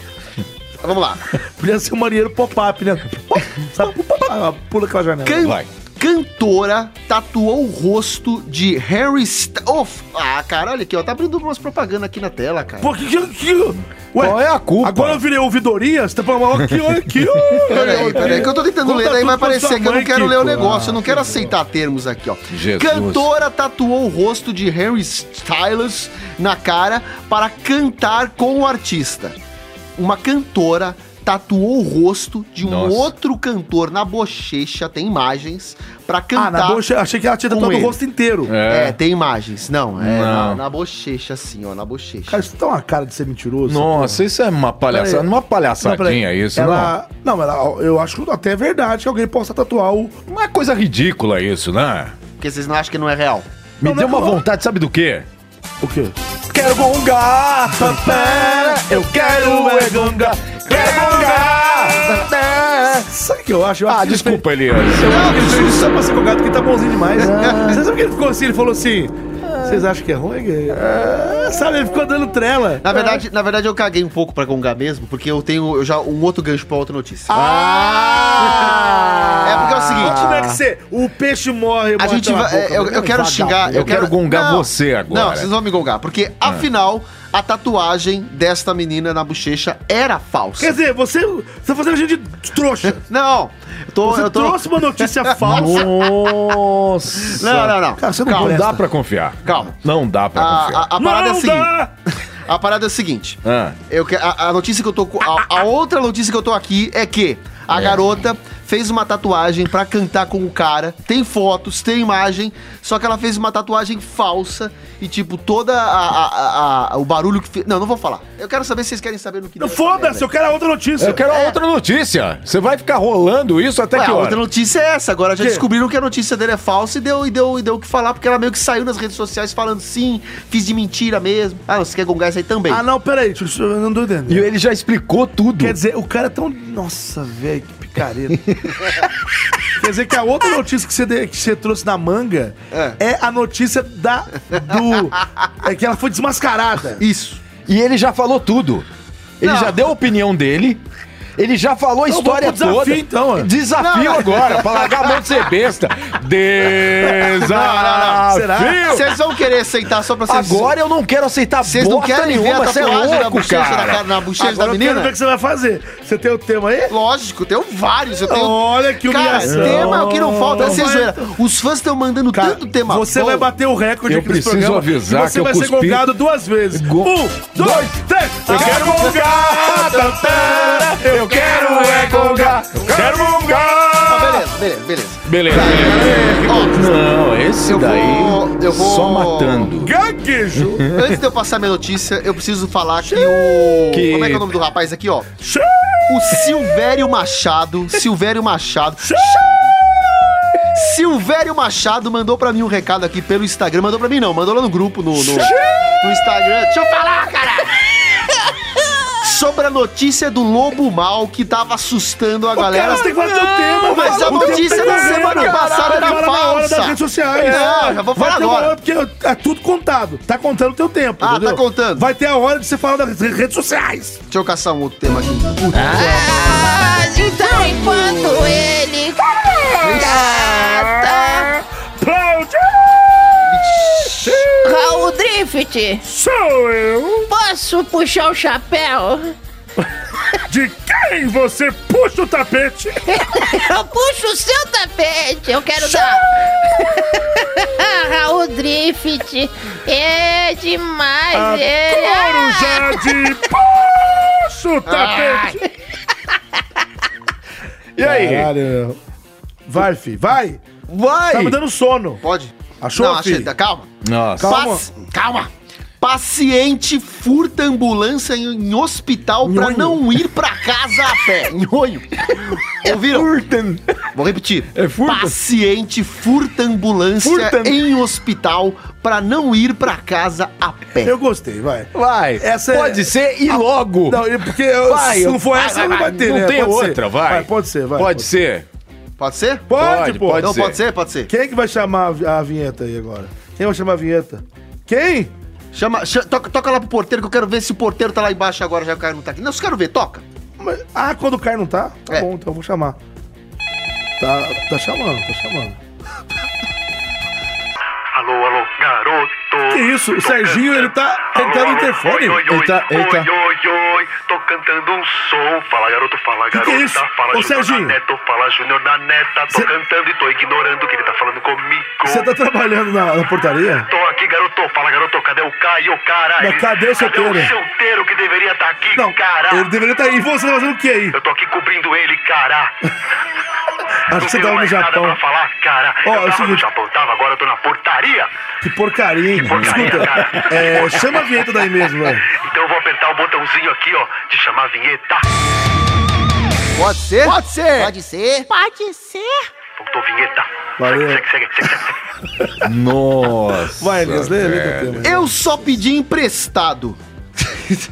F: Vamos lá.
C: Podia ser o marinheiro pop-up, né? Pop, Sabe? Pop, pop, ah, Pula aquela janela.
F: Can-
B: Vai.
F: Cantora tatuou o rosto de Harry Styles. Oh, f- ah, caralho, aqui, ó. Tá abrindo umas propagandas aqui na tela, cara.
C: Pô, que, que, que- Ué,
B: Qual é a culpa?
C: Agora eu virei ouvidoria? Você tá falando, ó, aqui, ó, aqui, ó.
F: Peraí, peraí, que eu tô tentando
C: Conta
F: ler, daí
C: tudo
F: vai
C: pra
F: parecer
C: sua
F: que eu não
C: mãe,
F: quero ler o
C: Kiko.
F: negócio, eu não quero aceitar termos aqui, ó.
B: Jesus.
F: Cantora tatuou o rosto de Harry Styles na cara para cantar com o artista. Uma cantora tatuou o rosto de um
B: Nossa.
F: outro cantor na bochecha, tem imagens, para
C: Ah,
F: cantar.
C: na bocha, achei que ela tinha
F: tá? Com
C: tatuado o
F: ele.
C: rosto inteiro.
F: É, tem imagens. Não, é
B: Não.
F: Na, na bochecha, assim, ó, na bochecha.
C: Cara, isso tá uma cara de ser mentiroso.
B: Nossa, isso é uma palhaçada.
C: Peraí.
B: Uma
C: Não, peraí.
B: palhaçadinha isso,
C: ela... não. mas ela- eu acho que até é verdade que alguém possa tatuar o.
B: não. Uma coisa ridícula isso, né?
F: Porque vocês não acham que não é real.
B: Me
C: Não,
B: deu
C: não,
B: uma
C: não.
B: vontade, sabe do quê?
C: O quê?
B: Quero gongar, papá, eu quero é gongar, quero gongar.
C: Sabe o que eu acho? Eu acho
B: Ah,
C: que tipo, ele fez-
B: desculpa, Elias.
C: Eu acho que ele fez isso só pra ser colgado, porque tá bonzinho demais. Você sabe que ele ficou assim? Ele falou assim. Vocês acham que é ruim? gay?" Sabe, ele ficou dando trela.
F: Na verdade, na verdade, eu caguei um pouco pra gongar mesmo, porque eu tenho eu já um outro gancho pra outra notícia.
C: Ah!
F: É porque é o seguinte-
C: Como é que você. O peixe morre,
F: A
C: morre
F: gente
C: pela
F: vai. é,
C: boca,
F: eu,
C: né?
F: eu quero
C: Vagabundo.
F: xingar.
B: Eu quero gongar você agora.
F: Não, vocês vão me gongar. Porque,
C: Ah.
F: afinal, a tatuagem desta menina na bochecha era falsa.
C: Quer dizer, você, você tá fazendo a gente de trouxa.
F: Não, eu tô.
C: Você
F: eu tô-
C: trouxe uma notícia falsa.
B: Nossa.
F: Não, não, não.
C: Cara, você não
F: Calma.
B: Não
C: presta.
B: dá pra confiar.
F: Calma.
B: Não dá pra
F: A,
B: confiar.
F: a- a parada é a
C: Não
F: seguinte.
C: dá!
F: A parada é a seguinte.
B: Ah.
F: Eu, que- a, a notícia que eu tô. co- A, a outra notícia que eu tô aqui é que a garota fez uma tatuagem pra cantar com o cara. Tem fotos, tem imagem. Só que ela fez uma tatuagem falsa e, tipo, toda a, a- a- a- o barulho que fez. Não, não vou falar. Eu quero saber se vocês querem saber no que.
C: Não,
F: deu essa
C: Foda-se,
F: merda.
C: eu quero a outra notícia.
B: Eu quero a outra notícia. Você vai ficar rolando isso até
F: Ué,
B: que
F: a
B: hora?
F: outra notícia é essa. Agora já
C: Quê?
F: descobriram que a notícia dele é falsa e deu e deu e deu o que falar, porque ela meio que saiu nas redes sociais falando sim, fiz de mentira mesmo. Ah, não, você quer gongar isso aí também.
C: Ah, não, peraí, deixa eu- eu não tô entendendo.
B: E ele já explicou tudo.
C: Quer dizer, o cara é tão. Nossa, velho, que picareta. Quer dizer que a outra notícia que você, de- que você trouxe na manga é. a notícia da. do. É que ela foi desmascarada.
F: Isso.
B: E ele já falou tudo. Ele
F: Não.
B: já deu a opinião dele. Ele já falou a
C: Então
B: história
C: vamos pro desafio, então,
B: toda.
C: ó.
B: Desafio agora, pra largar a mão de ser besta. Desafio!
C: Será?
F: Vocês vão querer aceitar só pra vocês.
B: Agora eu não quero aceitar
F: Vocês não
B: bosta
F: querem ver a
B: nenhuma, você é
F: tatuagem na
B: louco,
F: bochecha da
B: cara.
F: cara, na bochecha
C: Agora
F: da
C: eu quero ver o
F: menina?
C: que você vai fazer. Você tem o tema aí?
F: Lógico, eu tenho vários, eu tenho...
C: Olha que
F: Então, Cara,
C: humilhação.
F: tema é o que não falta,
C: Não
F: sem
C: vai-
F: zoeira. Os fãs estão mandando tanto tema
C: você
F: bom.
C: vai bater o recorde
B: Eu
C: aqui nesse
B: preciso
C: programa.
B: avisar
C: e você
B: que eu
C: vai ser
B: cuspi-
C: golpeado duas vezes.
B: Go- um
C: Um, dois, três. Eu quero golpear.
B: Eu quero é gongar, eu quero
F: Ah,
B: gongar.
F: Beleza, beleza, beleza.
B: Beleza, beleza.
F: Ó,
B: Não, esse
F: Eu vou-
B: daí
F: eu vou-
B: só matando.
C: Gaguejo.
F: antes de eu passar minha notícia, eu preciso falar que o...
B: Que-
F: Como é que é o nome do rapaz aqui, ó? O Silvério Machado. Silvério Machado. Silvério Machado mandou pra mim um recado aqui pelo Instagram. Mandou pra mim não, mandou lá no grupo, no, no, no Instagram. Deixa eu falar, cara! Sobre a notícia do lobo mal que tava assustando a galera.
C: Cara, você tem que fazer o teu tema,
F: mas
C: velho.
F: a
C: O teu
F: notícia
C: tema
F: da
C: é
F: semana
C: velho,
F: passada
C: caralho,
F: era
C: agora na hora
F: falsa.
C: das redes sociais.
F: Não, já vou falar
C: Vai ter uma
F: agora.
C: hora, porque é tudo contado. Tá contando o teu tempo,
F: Ah, tá
C: entendeu?
F: contando.
C: Vai ter a hora de você falar das redes sociais.
F: Deixa eu caçar um outro tema aqui.
D: Ah, então enquanto ele canta, Raul Drift,
C: Sou eu.
D: posso puxar o chapéu?
C: De quem você puxa o tapete?
D: Eu puxo o seu tapete, eu quero dar. Raul drift. É demais. ele-
C: um
D: Ah!
E: Corujá de poço, tá
D: Ai.
E: vendo? E aí?
C: Caralho. Vai, fi, vai.
F: Vai.
C: Tá me dando sono.
F: Pode.
C: Achou,
F: Não, achei.
C: fi?
F: Tá, Calma.
B: Nossa.
F: Calma. calma. Paciente furta ambulância em, em hospital pra não ir pra casa a pé. Nhonho. Ouviram? Vou repetir. É furta. Paciente furta ambulância em hospital pra não ir pra casa a pé.
C: Eu gostei, vai.
B: Vai.
C: Essa é-
B: Pode ser e
C: Ah,
B: logo.
C: Não, e porque eu-
B: Vai,
C: se não for
B: vai,
C: essa,
B: vai,
C: não vai
B: vai.
C: ter,
B: Não
C: né?
B: tem
C: Pode ser.
B: outra, vai.
C: Pode ser, vai.
B: Pode ser.
F: Pode ser?
C: Pode, pô.
B: pode
F: não,
B: ser.
F: pode ser, pode ser.
C: Quem é que vai chamar a vi- a vinheta aí agora? Quem vai chamar a vinheta? Quem?
F: Chama, cha- toca, toca lá pro porteiro que eu quero ver se o porteiro tá lá embaixo agora, já que o cara não tá aqui. Não, eu só quero ver, toca.
C: Mas- Ah, quando o Caio não tá? Tá
F: É.
C: bom, então eu vou chamar. Tá, tá chamando, tá chamando.
I: Alô, alô, garoto.
C: Que isso? O Serginho, ele tá tentando o
I: Oi,
C: interfone.
I: oi,
C: Ele tá, ele
I: oi,
C: tá.
I: oi, oi, tô cantando um som. Fala, garoto, fala,
C: Que que
I: garota.
C: é isso?
I: Fala,
C: Ô,
I: Júnior
C: Serginho.
I: da Neto, fala, Júnior da Neta. Tô
C: Cê-
I: cantando e tô ignorando que ele tá falando comigo.
C: Você tá trabalhando na, na portaria?
I: Tô aqui, garoto. Fala, garoto, cadê o Caio, cara?
C: Mas cadê o solteiro?
I: Cadê o solteiro que deveria estar aqui,
C: Não,
I: cara?
C: ele deveria estar aí. Você tá fazendo o quê aí?
I: Eu tô aqui cobrindo ele, cara.
C: Acho que você
I: Não tenho
C: tava no
I: mais
C: Japão.
I: Nada pra falar, cara.
C: Ó, é o
I: eu tava no
C: seguinte.
I: Japão, tava, agora eu tô na portaria.
C: Que porcaria, hein?
I: porcaria,
C: Escuta,
I: cara.
C: é, chama a vinheta daí mesmo, velho.
I: Então eu vou apertar o botãozinho aqui, ó, de chamar a vinheta.
F: Pode ser? Pode ser.
D: Pode ser? Pode ser.
I: Faltou vinheta.
C: Valeu.
I: Segue, segue, segue, segue.
B: Nossa.
C: Vai, Elias, lê, lê teu
B: velho.
C: tema.
F: Eu só pedi emprestado.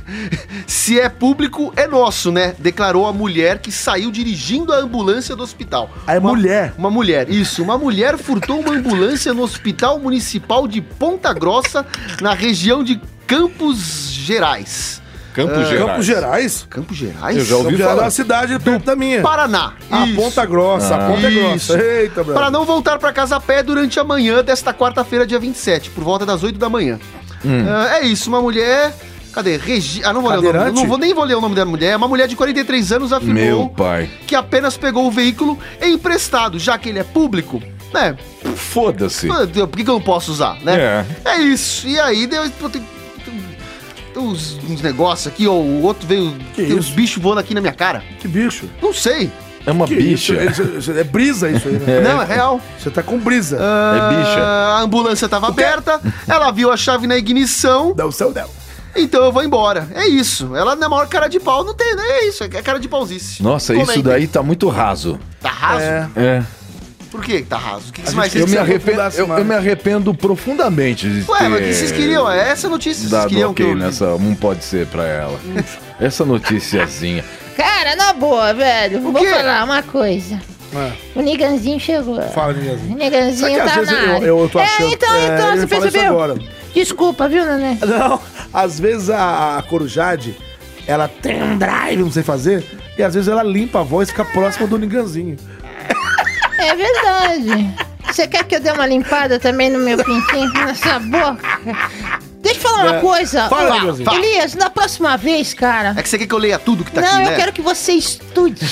F: Se é público, é nosso, né? Declarou a mulher que saiu dirigindo a ambulância do hospital.
C: Ah, é mulher.
F: Uma mulher, isso. Uma mulher furtou uma ambulância no Hospital Municipal de Ponta Grossa, na região de Campos Gerais.
B: Campos Gerais.
C: Campos Gerais?
F: Campos Gerais?
B: Eu já ouvi
C: Campos Gerais é
B: falar.
C: uma cidade perto da minha.
F: Paraná.
C: A
F: Isso.
C: ponta grossa, a ponta é
F: Isso.
C: grossa. Eita, Brasil.
F: Para não voltar para casa a pé durante a manhã desta quarta-feira, dia 27, por volta das 8 da manhã. Ah, é isso, uma mulher. Cadê? Regi... Ah, não vou ler o nome.
C: Cadeirante?
F: Não vou nem vou ler o nome da mulher. é Uma mulher de 43 anos afirmou
B: Meu pai.
F: que apenas pegou o veículo emprestado, já que ele é público. Né?
B: Foda-se.
F: Por que, que eu não posso usar, né? É, isso. E aí deu. tem- tem Uns, uns negócios aqui, ó. O outro veio.
C: Que
F: tem uns
C: isso?
F: bichos voando aqui na minha cara.
C: Que bicho.
F: Não sei.
B: É uma
C: Que
B: bicha.
C: Isso? Isso- isso- é brisa isso aí, né?
F: Não, é real.
C: Você tá com brisa.
B: É bicha.
F: Ah, A ambulância tava aberta, ela viu a chave na ignição,
C: Dá o céu dela.
F: então eu vou embora. É isso. Ela na maior cara de pau, não tem, né? É isso, é cara de pauzice.
B: Nossa, isso
F: Comentem.
B: daí tá muito raso.
F: Tá raso?
B: É.
F: Por que que tá raso? O que, que
C: A
F: mais
C: gente-
B: Eu
F: vocês
B: me,
C: arre-
F: queriam?
B: arrependo,
C: aprofundasse
B: eu,
C: mais.
B: eu me arrependo profundamente de
F: Ué, mas o
B: ter
F: que vocês queriam? É essa notícia que vocês
B: dado
F: queriam que
B: ok
F: eu...
B: nessa um pode ser pra ela. Essa noticiazinha.
D: Cara, na boa, velho. Vou
F: quê?
D: falar uma coisa. O Niganzinho chegou.
C: Fala, Elias.
D: O Niganzinho
C: Ah.
D: tá
C: Sabe que às
D: na
C: vezes eu-
D: área.
C: eu tô achando-
D: É, então,
C: é,
D: então,
C: eu ia
D: você
C: falar isso
D: percebeu?
C: agora.
D: Desculpa, viu, Nané?
C: Não, às vezes a, a Corujade, ela tem um drive, não sei fazer, e às vezes ela limpa a voz e fica próxima do Niganzinho.
D: É verdade. Você quer que eu dê uma limpada também no meu pintinho, nessa boca? Deixa eu falar uma
C: É.
D: coisa.
C: Fala,
D: Ô,
C: Niganzinho.
D: Elias, na próxima vez, cara.
F: É que você quer que eu leia tudo que tá
D: não,
F: aqui,
D: eu
F: né?
D: quero que você estude.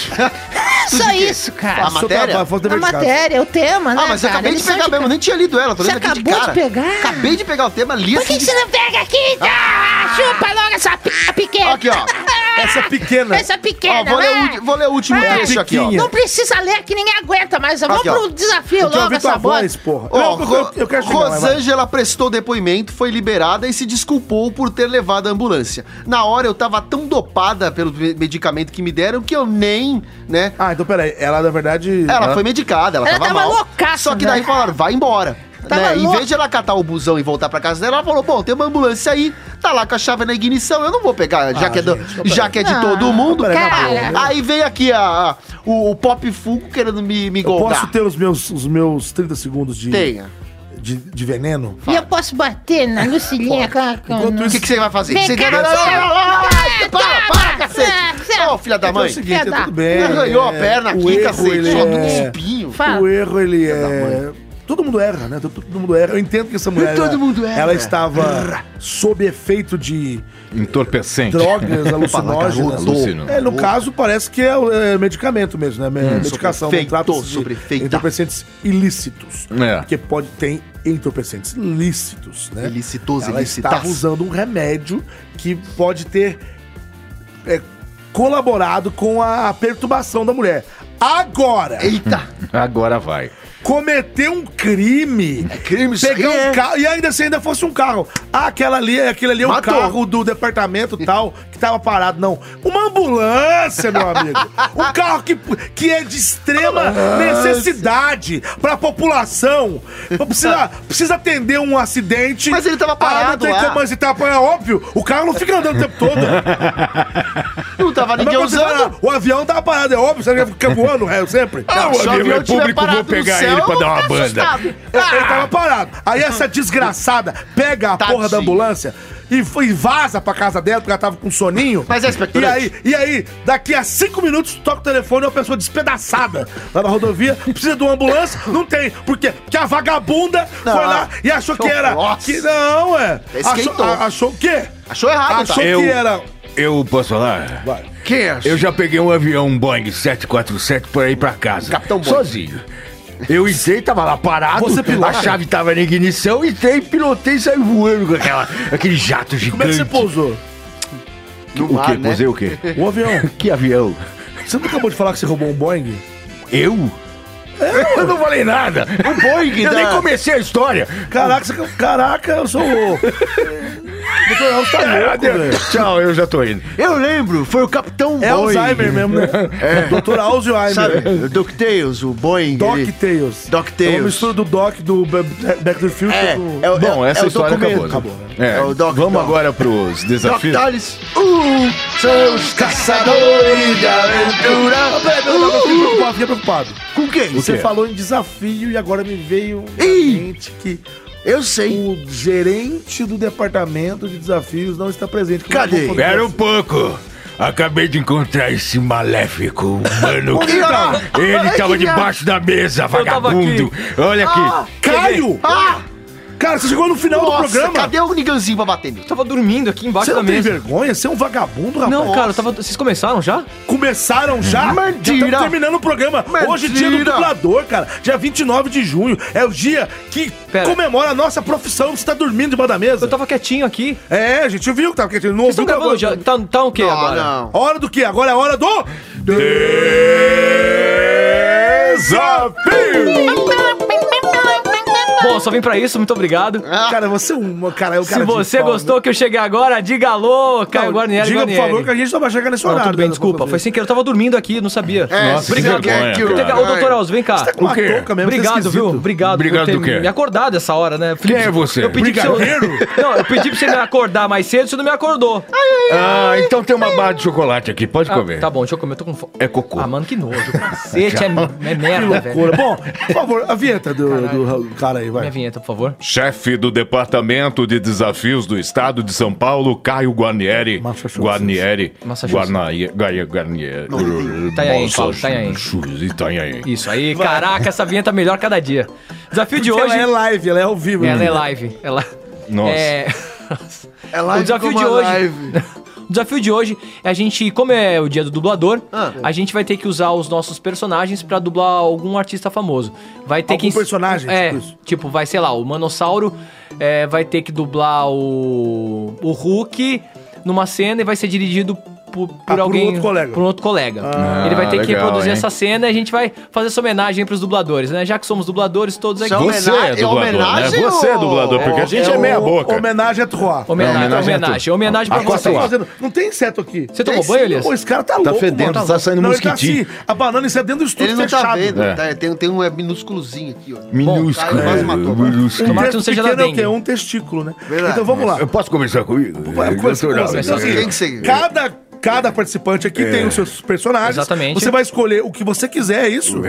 D: Só isso, cara.
F: A matéria?
C: Faz o
D: A
C: dever de casa.
D: matéria, o tema, né?
F: Ah, mas eu
D: cara?
F: acabei de
D: Eles são
F: pegar mesmo, eu nem tinha lido ela, tô
D: Você
F: lendo aqui de
D: acabou
F: cara.
D: de pegar?
F: Acabei de pegar o tema, li
D: Por que, que
F: assim de...
D: você não pega aqui? então? Ah, chupa logo essa p... pequena.
F: Aqui, ó.
C: Essa é pequena.
D: Essa pequena,
F: Ó, vou, ler o,
D: vai.
F: ulti- vou ler o último
D: né? Vai.
F: trecho aqui, ó.
C: Piquinha.
D: Não precisa ler que ninguém aguenta mais. Vamos
F: Aqui, ó.
D: pro desafio
C: Eu quero
D: logo
C: ouvir
D: essa
C: tua
D: bola.
C: voz, porra.
F: Ó,
C: Não, eu, eu, eu quero chegar, vai, vai.
F: Rosângela prestou depoimento, foi liberada e se desculpou por ter levado a ambulância. Na hora eu tava tão dopada pelo me- medicamento que me deram que eu nem, né?
C: Ah, então peraí. Ela, na verdade...
F: Ela foi medicada, ela,
D: Ela
F: tava,
D: tava
F: mal.
D: loucaça,
F: só que daí
D: né?
F: falaram, vai embora.
D: Tava
F: né? Em
D: louca.
F: vez de ela catar o busão e voltar pra casa dela, ela falou: Bom, tem uma ambulância aí, tá lá com a chave na ignição, eu não vou pegar,
C: Ah,
F: já, que, é do- já que é de
D: Não,
F: todo mundo.
D: cara.
F: Aí veio aqui a, a- o, o Pop Funko querendo me, me
C: Eu
F: golpar.
C: posso ter um os meus, os meus 30 segundos de,
F: Tenha.
C: de, de veneno?
D: E eu posso bater na Lucilinha com a... Com...
F: O que, que você vai fazer?
D: Vem
F: Você
D: cá,
F: quer... Não, não, não, não, não, não, não, para, para, cacete!
D: Não,
F: Ô, filha da
C: Então
F: mãe!
C: é o seguinte, é
D: Pedra.
C: tudo bem.
F: Arranhou a
C: é,
F: perna
C: o
F: aqui,
C: erro,
F: cacete,
C: ele
F: só do
C: é-
F: espinho.
D: Fala.
C: O erro, ele é... Todo mundo erra, né? Todo, todo mundo erra. Eu entendo que essa mulher.
B: Todo
C: ela-
B: mundo erra.
C: Ela estava sob efeito de
B: Entorpecente.
C: drogas
B: Fala,
C: alucinógenas.
B: garoto. Alucina.
C: É, no caso, parece que é, é medicamento mesmo, né? É
B: Hum.
C: Medicação.
B: Sobre feito,
C: trata-se de
B: sobre feita.
C: Entorpecentes ilícitos.
B: É.
C: Porque pode ter entorpecentes lícitos, né?
F: Ilícitos,
C: Ela
F: ilícitas.
C: estava usando um remédio que pode ter é, colaborado com a perturbação da mulher. Agora!
F: Eita!
B: Agora vai.
C: Cometeu um crime. É
F: crime, isso
C: Pegar um
F: aí é.
C: carro. E ainda se ainda fosse um carro. Ah, aquela ali, aquele ali é um
F: Matou.
C: carro do departamento tal, que tava parado. Não. Uma ambulância, meu amigo. um carro que, que é de extrema
I: Ambulância.
C: necessidade pra população. Precisa, precisa atender um acidente. Mas ele tava
F: parado
C: não tem
F: lá.
C: como, mas ele tava parado, É óbvio. O carro não fica andando o tempo todo.
F: Não tava
C: ninguém usando. tá O avião tava parado, é óbvio. Você fica voando, réu, sempre.
B: Ah, o Se o avião é avião tiver público, vou parado no pegar céu, ele pra eu dar vou uma ficar banda. assustado.
C: Ah! Ele tava parado. Aí essa desgraçada pega a porra da ambulância e, foi- e vaza pra casa dela, porque ela tava com soninho. Mas é e aí, e aí, daqui a cinco minutos, toca o telefone, é uma pessoa despedaçada lá na rodovia, precisa de uma ambulância, não tem. Por quê? Porque a vagabunda foi lá e achou que era.
E: Nossa.
C: Que não, é. Achou,
E: Esquentou.
C: a- achou o quê?
F: Achou
C: Achou que era.
E: Eu posso falar?
C: Vai.
E: Quem é? Eu já peguei um avião, um Boeing 747 por aí pra casa. Capitão Boeing. Sozinho. Eu entrei, tava lá parado,
C: Você pilota?
E: a chave tava na ignição, entrei, pilotei e saí voando com aquela, aquele jato gigante.
C: Como é que você pousou?
E: Que- o quê? Pousei o quê?
C: Um avião.
E: que avião?
C: Você não acabou de falar que você roubou um Boeing?
E: Eu? Eu não falei nada. O Boeing Eu
C: da-
E: nem comecei a história.
C: Caraca, você- caraca, eu sou o... Doutor Elcio tá louco, velho.
E: É, Tchau, eu já tô indo.
A: Eu lembro, foi o Capitão
C: É
A: Boeing.
C: Alzheimer mesmo, né?
A: É.
C: Dr. Alzheimer.
A: Sabe, o DuckTales, o Boeing.
C: DuckTales.
A: DuckTales.
C: É uma mistura do Doc do Be- Be- Back to the Future
A: É,
C: com...
A: é o-
B: Bom, essa
A: é o
B: história acabou.
A: documento.
B: né?
A: Acabou,
B: É.
A: É o doc-
B: Vamos
A: doc.
B: agora pros desafios.
A: Doctales, uh, são os caçadores da aventura.
C: Ô, peraí, peraí, eu fiquei preocupado, fiquei preocupado.
A: Com quem?
C: Você
A: quê?
C: falou em desafio e agora me veio gente que...
A: Eu sei.
C: O gerente do departamento de desafios não está presente. Como eu vou fazer
E: Espera um pouco. Acabei de encontrar esse maléfico humano.
C: Onde tá?
E: Ele
C: Ai,
E: tava
C: que
E: debaixo da mesa,
C: Eu tava
E: vagabundo. Olha aqui.
F: Ah,
C: Caio!
F: Ah!
C: Cara, você chegou no final do programa.
F: Cadê o Niganzinho pra bater nele?
J: Tava dormindo aqui embaixo
C: Você
J: da
C: não tem
J: mesa.
C: vergonha? Você é um vagabundo, rapaz.
J: Não, cara, eu tava... vocês começaram já?
C: Começaram já?
J: Mentira.
C: Já estamos terminando o programa.
J: Mentira.
C: Hoje é dia do dublador, cara. Dia 29 de junho. É o dia que comemora a nossa profissão. Você tá dormindo debaixo da mesa. Eu
J: tava quietinho aqui.
C: É, a gente viu que tava quietinho. Não
J: Vocês
C: ouviu
J: estão
C: que
J: gravando
C: agora-
J: já? Tá, tá o quê agora?
C: Hora do quê? Agora é a hora do...
J: Bom, só vim pra isso, muito obrigado.
C: Cara, você é uma, cara, é um
J: Se
C: cara de
J: você
C: pau,
J: gostou que eu cheguei agora, diga alô, Caio Guarnieri.
C: diga, por
J: Guarnieri.
C: favor, que a gente só vai chegar nesse
J: Não,
C: horário,
J: Tudo bem,
C: né,
J: desculpa.
C: vamos
J: Foi
C: fazer.
J: sem querer, eu tava dormindo aqui, não sabia.
C: É, Nossa, que
J: obrigado.
C: vergonha,
J: Muito
C: cara.
J: legal. Ô, doutor Alves, vem cá.
C: Você tá com uma touca mesmo, tá
J: Obrigado, viu?
C: esquisito.
J: Obrigado.
E: Obrigado do quê?
J: me acordado essa hora, né? Felipe,
E: é você?
J: Eu pedi pra você... Não, eu pedi pra você me acordar mais cedo, você não me acordou.
E: Ah, então tem uma barra de chocolate aqui, pode
J: Ah,
E: comer.
J: Tá bom, deixa eu comer, eu tô com fome.
E: É cocô.
J: Ah, mano, que nojo. Cacete, é, é
C: Que
J: merda,
C: loucura.
J: velho.
C: Bom, por favor, a vinheta do, do cara aí, vai. Minha
J: vinheta, por favor.
B: Chefe do Departamento de Desafios do Estado de São Paulo, Caio Guarnieri. Guarnieri. Guarnieri. Guarnieri. Guarnieri.
D: Tá
B: tá
J: Itanhaém, Paulo, Itanhaém.
B: Itanhaém.
J: Isso aí, caraca, essa vinheta é melhor cada dia. Desafio de
C: Porque
J: hoje.
C: Ela é live, ela é ao vivo.
J: Ela
C: né?
J: é live. Ela...
B: Nossa.
J: É...
A: live
F: É
J: o desafio
A: como
J: de
A: a
J: hoje.
A: live.
J: O desafio de hoje é a gente, como é o dia do dublador,
C: Ah.
J: a gente vai ter que usar os nossos personagens pra dublar algum artista famoso. Vai ter
C: Algum
J: que
C: personagem,
J: é,
C: tipo
J: tipo, vai sei lá, o Manossauro é, vai ter que dublar o o Hulk numa cena e vai ser dirigido por, por
C: por um
J: alguém,
C: outro colega.
J: por um outro colega.
C: Ah,
J: Ele vai ter que
C: legal,
J: reproduzir
C: hein?
J: essa cena e a gente vai fazer essa homenagem pros dubladores, né? Já que somos dubladores todos aqui.
B: Você é dublador, né? Você é dublador, porque a gente é meia boca.
C: Homenagem a Troá.
J: Homenagem, Não, homenagem é a homenagem, tu. homenagem pra
C: O que você.
J: vocês.
C: tá fazendo? Não tem inseto aqui.
J: Você tomou
C: Tem
J: banho,
C: sim.
J: Elias?
C: Pô, esse cara tá
J: Tá
C: louco.
J: fedendo,
C: mano,
J: tá saindo
C: Não, ele
J: mosquitinho.
C: assim, a banana, isso é dentro do estúdio
F: Ele não tá
C: fechado.
F: vendo,
C: É.
F: tá? tem, tem um é minúsculozinho aqui, ó.
E: Minúsculo.
F: Bom, Caio quase matou.
E: minúsculo.
C: Um texto pequeno é o quê? É um testículo, né? Então vamos lá.
E: Eu posso conversar comigo?
C: Começa-
E: Doutor
C: começa-
E: Alves.
C: então, assim, Cada, cada participante aqui
E: É.
C: tem os seus personagens.
J: Exatamente.
C: Você vai escolher o que você quiser, é isso?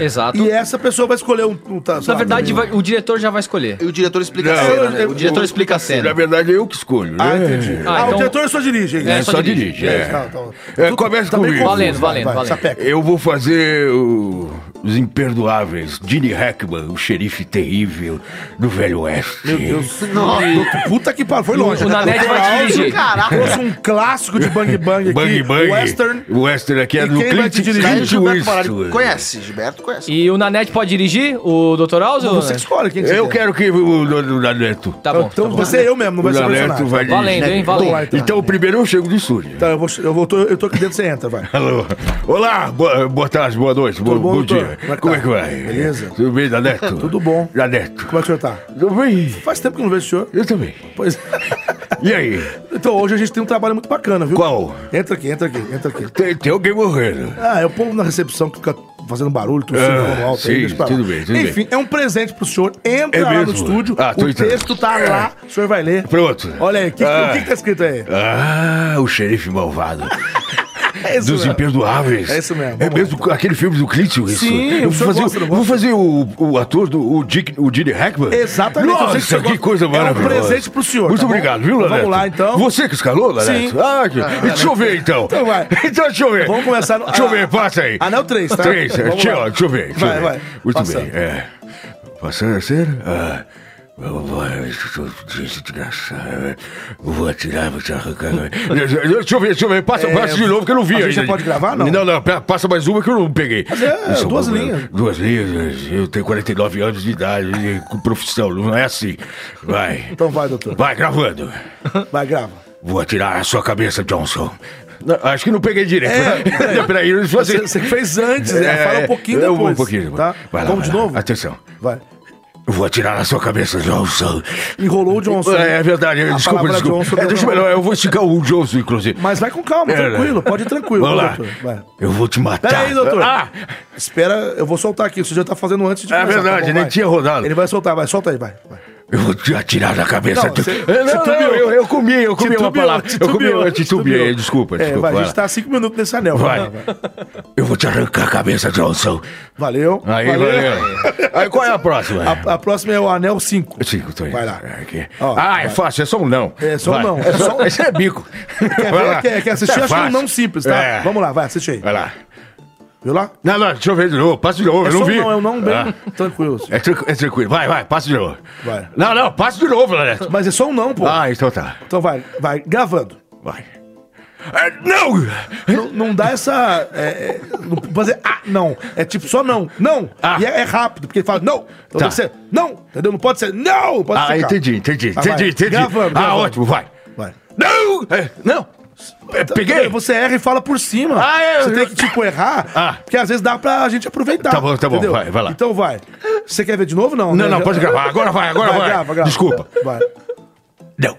J: Exato.
C: E essa pessoa vai escolher um... um tá,
J: Na verdade, vai- o diretor já vai escolher.
F: o diretor explica
J: Não,
F: a cena, né?
J: eu-
F: O diretor explica a cena.
E: Na verdade, eu que escolho.
C: Ah,
E: né?
C: entendi. Ah,
J: então-
C: o diretor só dirige. hein?
E: É, só dirige.
C: É, tá, tá.
E: É, começa
C: tá bem
E: comigo.
C: confuso, Valendo, vai, valendo, vai, valendo.
E: Eu vou fazer o os imperdoáveis, Gene Hackman, o xerife terrível do Velho Oeste.
C: Meu Deus. Não, puta que pariu, foi longe. né?
E: O Nanete vai
C: Trouxe-
E: dirigir. Caraca.
C: Trouxe um clássico de Bang Bang aqui.
E: Bang Bang.
C: Western.
E: O Western aqui é
C: E
E: do
C: quem vai
E: Clint,
C: te dirigir?
E: Clint
C: Gilberto Baralho.
E: Eastwood.
F: Conhece, Gilberto conhece.
J: E o Nanete pode dirigir, o Dr. Alzo?
E: Você que
C: escolhe quem
E: Eu quero que o, o, o Daneto.
J: né? Tá bom.
C: Então você é eu mesmo, não vai
E: o
C: ser o
E: Daneto
C: personagem.
E: vai
C: Tá
E: dirigir.
C: Valendo, hein? Valendo.
E: Então, Então, o primeiro eu chego do estúdio.
C: Tá, eu, vou, eu, vou, tô, eu tô aqui dentro, você entra, vai.
E: Alô. Olá, boa, boa tarde, boa noite, bo-
C: Tudo bom,
E: bom,
C: doutor?
E: dia.
C: Como é que
E: Como
C: tá?
E: é que vai?
C: Beleza?
E: Tudo bem, Daneto?
C: Tudo bom.
E: Daneto.
C: Como é que o senhor tá?
E: Eu bem.
C: Faz tempo que eu não vejo o senhor.
E: Eu também.
C: Pois é.
E: E aí?
C: Então, hoje a gente tem um trabalho muito bacana, viu?
E: Qual?
C: Entra aqui, entra aqui, entra aqui.
E: Tem, tem alguém morrendo.
C: Ah, é o povo na recepção que fica fazendo barulho, tossindo,
E: Ah,
C: falando alto. aí,
E: sim,
C: deixa pra lá.
E: tudo bem, tudo
C: Enfim, é um presente pro senhor. Entra
E: É
C: lá no
E: mesmo?
C: estúdio,
E: Ah, tô
C: o
E: entrando.
C: texto tá lá, o senhor vai ler.
E: Pronto.
C: Olha aí, o que,
E: Ah.
C: o que que tá escrito aí?
E: Ah, o xerife malvado.
C: É isso
E: Dos
C: mesmo.
E: Imperdoáveis.
C: É isso mesmo.
E: É mesmo com aquele filme do Clint Eastwood.
C: Sim,
E: eu
C: o
E: vou
C: senhor
E: fazer,
C: gosta,
E: o, vou fazer o, o ator do o Dick, o Gene Hackman.
C: Exatamente, eu sei que o
E: Nossa,
C: senhor
E: que,
C: gosta.
E: coisa
C: É um
E: maravilhosa.
C: presente pro senhor,
E: Muito
C: tá bom?
E: obrigado, viu,
C: Vamos
E: Laleto?
C: lá, então.
E: Você que escalou, Laleto?
C: Sim.
E: Ah, que... deixa eu ver, então.
C: Então vai.
E: Então deixa eu ver.
C: Vamos começar no-
E: Deixa eu ver,
C: Ah,
E: passa aí.
C: anel três, tá?
E: Três, é,
C: Vamos
E: deixa,
C: lá.
E: eu- deixa eu ver. deixa eu
C: Vai,
E: ver.
C: vai.
E: Muito
C: Passando.
E: bem, é. Passando a ser? Ah... Eu vou, eu sou desgraçado. Eu vou atirar, vou te arrancar. Deixa deixa eu ver, deixa eu ver. Passa,
C: É,
E: passa de novo que eu não vi
C: a gente
E: ainda.
C: já pode gravar, não?
E: Não, não, pe- passa mais uma que eu não peguei.
C: Mas é,
E: Isso,
C: duas
E: eu-
C: linhas.
E: Duas linhas. Eu tenho 49 anos de idade, e com profissão, não é assim. Vai,
C: Então vai, doutor.
E: vai gravando.
C: Vai, grava.
E: Vou atirar a sua cabeça, Johnson. Não, acho que não peguei direito. É, peraí, eu vou fazer.
C: Você, você fez antes, né? Fala um pouquinho
E: É, eu
C: depois.
E: vou Um pouquinho.
C: Tá?
E: Vai lá,
C: Vamos
E: vai
C: de
E: lá.
C: novo?
E: Atenção.
C: Vai.
E: Eu vou atirar na sua cabeça, Johnson.
C: Enrolou o Johnson.
E: É, é verdade,
C: A
E: desculpa,
C: palavra
E: desculpa.
C: Johnson,
E: é, deixa eu
C: doutor.
E: melhor, eu vou esticar o Johnson, inclusive.
C: Mas vai com calma,
E: É,
C: tranquilo.
E: né?
C: Pode ir tranquilo,
E: Vamos lá.
C: doutor. Vai.
E: Eu vou te matar.
C: Pera aí, doutor.
E: Ah,
C: Espera, eu vou soltar aqui. Você já tá fazendo antes de
E: É
C: começar,
E: verdade,
C: bom?
E: nem
C: Vai.
E: tinha rodado.
C: Ele vai soltar, vai. Solta aí, vai. vai.
E: eu vou te atirar na cabeça.
C: Não, você-
E: É, não,
C: você
E: não,
C: titubeou.
E: eu, eu comi, eu comi uma
C: Titubeou,
E: palavra. Eu comi, eu titubeei, desculpa, desculpa.
C: É, vai,
E: vai
C: a gente tá há cinco minutos nesse anel.
E: Vai.
C: lá, vai.
E: Eu vou te arrancar a cabeça, Johnson.
C: Valeu.
E: Aí, valeu. Aí, qual é a próxima?
C: A, a próxima é o anel 5.
E: Cinco, tô indo.
C: Vai lá.
E: É aqui.
C: Ó,
E: ah, é
C: vai.
E: fácil, é só um não.
C: É só um
E: Vai.
C: não.
E: É só, esse é bico.
C: Quer,
E: Vai
C: ver,
E: lá.
C: quer, quer assistir?
E: É
C: Acho que é um
E: fácil.
C: não simples, tá?
E: É.
C: Vamos lá, vai, assiste aí.
E: Vai lá.
C: Viu lá?
E: Não, não, deixa eu ver de novo. Passa de novo,
C: é
E: eu não
C: só um
E: vi.
C: não, é um não bem
E: Ah,
C: tranquilo. assim.
E: é, tranqu- é tranquilo. Vai, vai, passa de novo.
C: Vai.
E: Não, não, passa de novo, Laneto.
C: Mas é só um não, pô.
E: Ah, então tá.
C: Então vai, vai, gravando.
E: Vai. É, não!
C: Não, não dá essa. É, é, não pode fazer ah, não. É tipo só não, não.
E: Ah.
C: E é, é rápido, porque ele fala não. Então
E: Tá.
C: tem que ser não, entendeu? Não pode ser não. Pode
E: Ah,
C: ser calma.
E: entendi, entendi,
C: Ah,
E: entendi,
C: vai.
E: entendi.
C: Gravando,
E: ah,
C: gravando.
E: ótimo, vai.
C: Vai.
E: Não! É, não! É, peguei!
C: Você erra e fala por cima.
E: Ah, é,
C: Você
E: eu-
C: tem que, tipo, errar,
E: Ah.
C: porque às vezes dá pra gente aproveitar.
E: Tá bom, tá bom, vai, vai lá.
C: Então vai. Você quer ver de novo, não?
E: Não,
C: né?
E: não,
C: Já-
E: pode gravar. Agora vai, agora vai.
C: Grava, grava.
E: Desculpa.
C: Vai.
E: Não.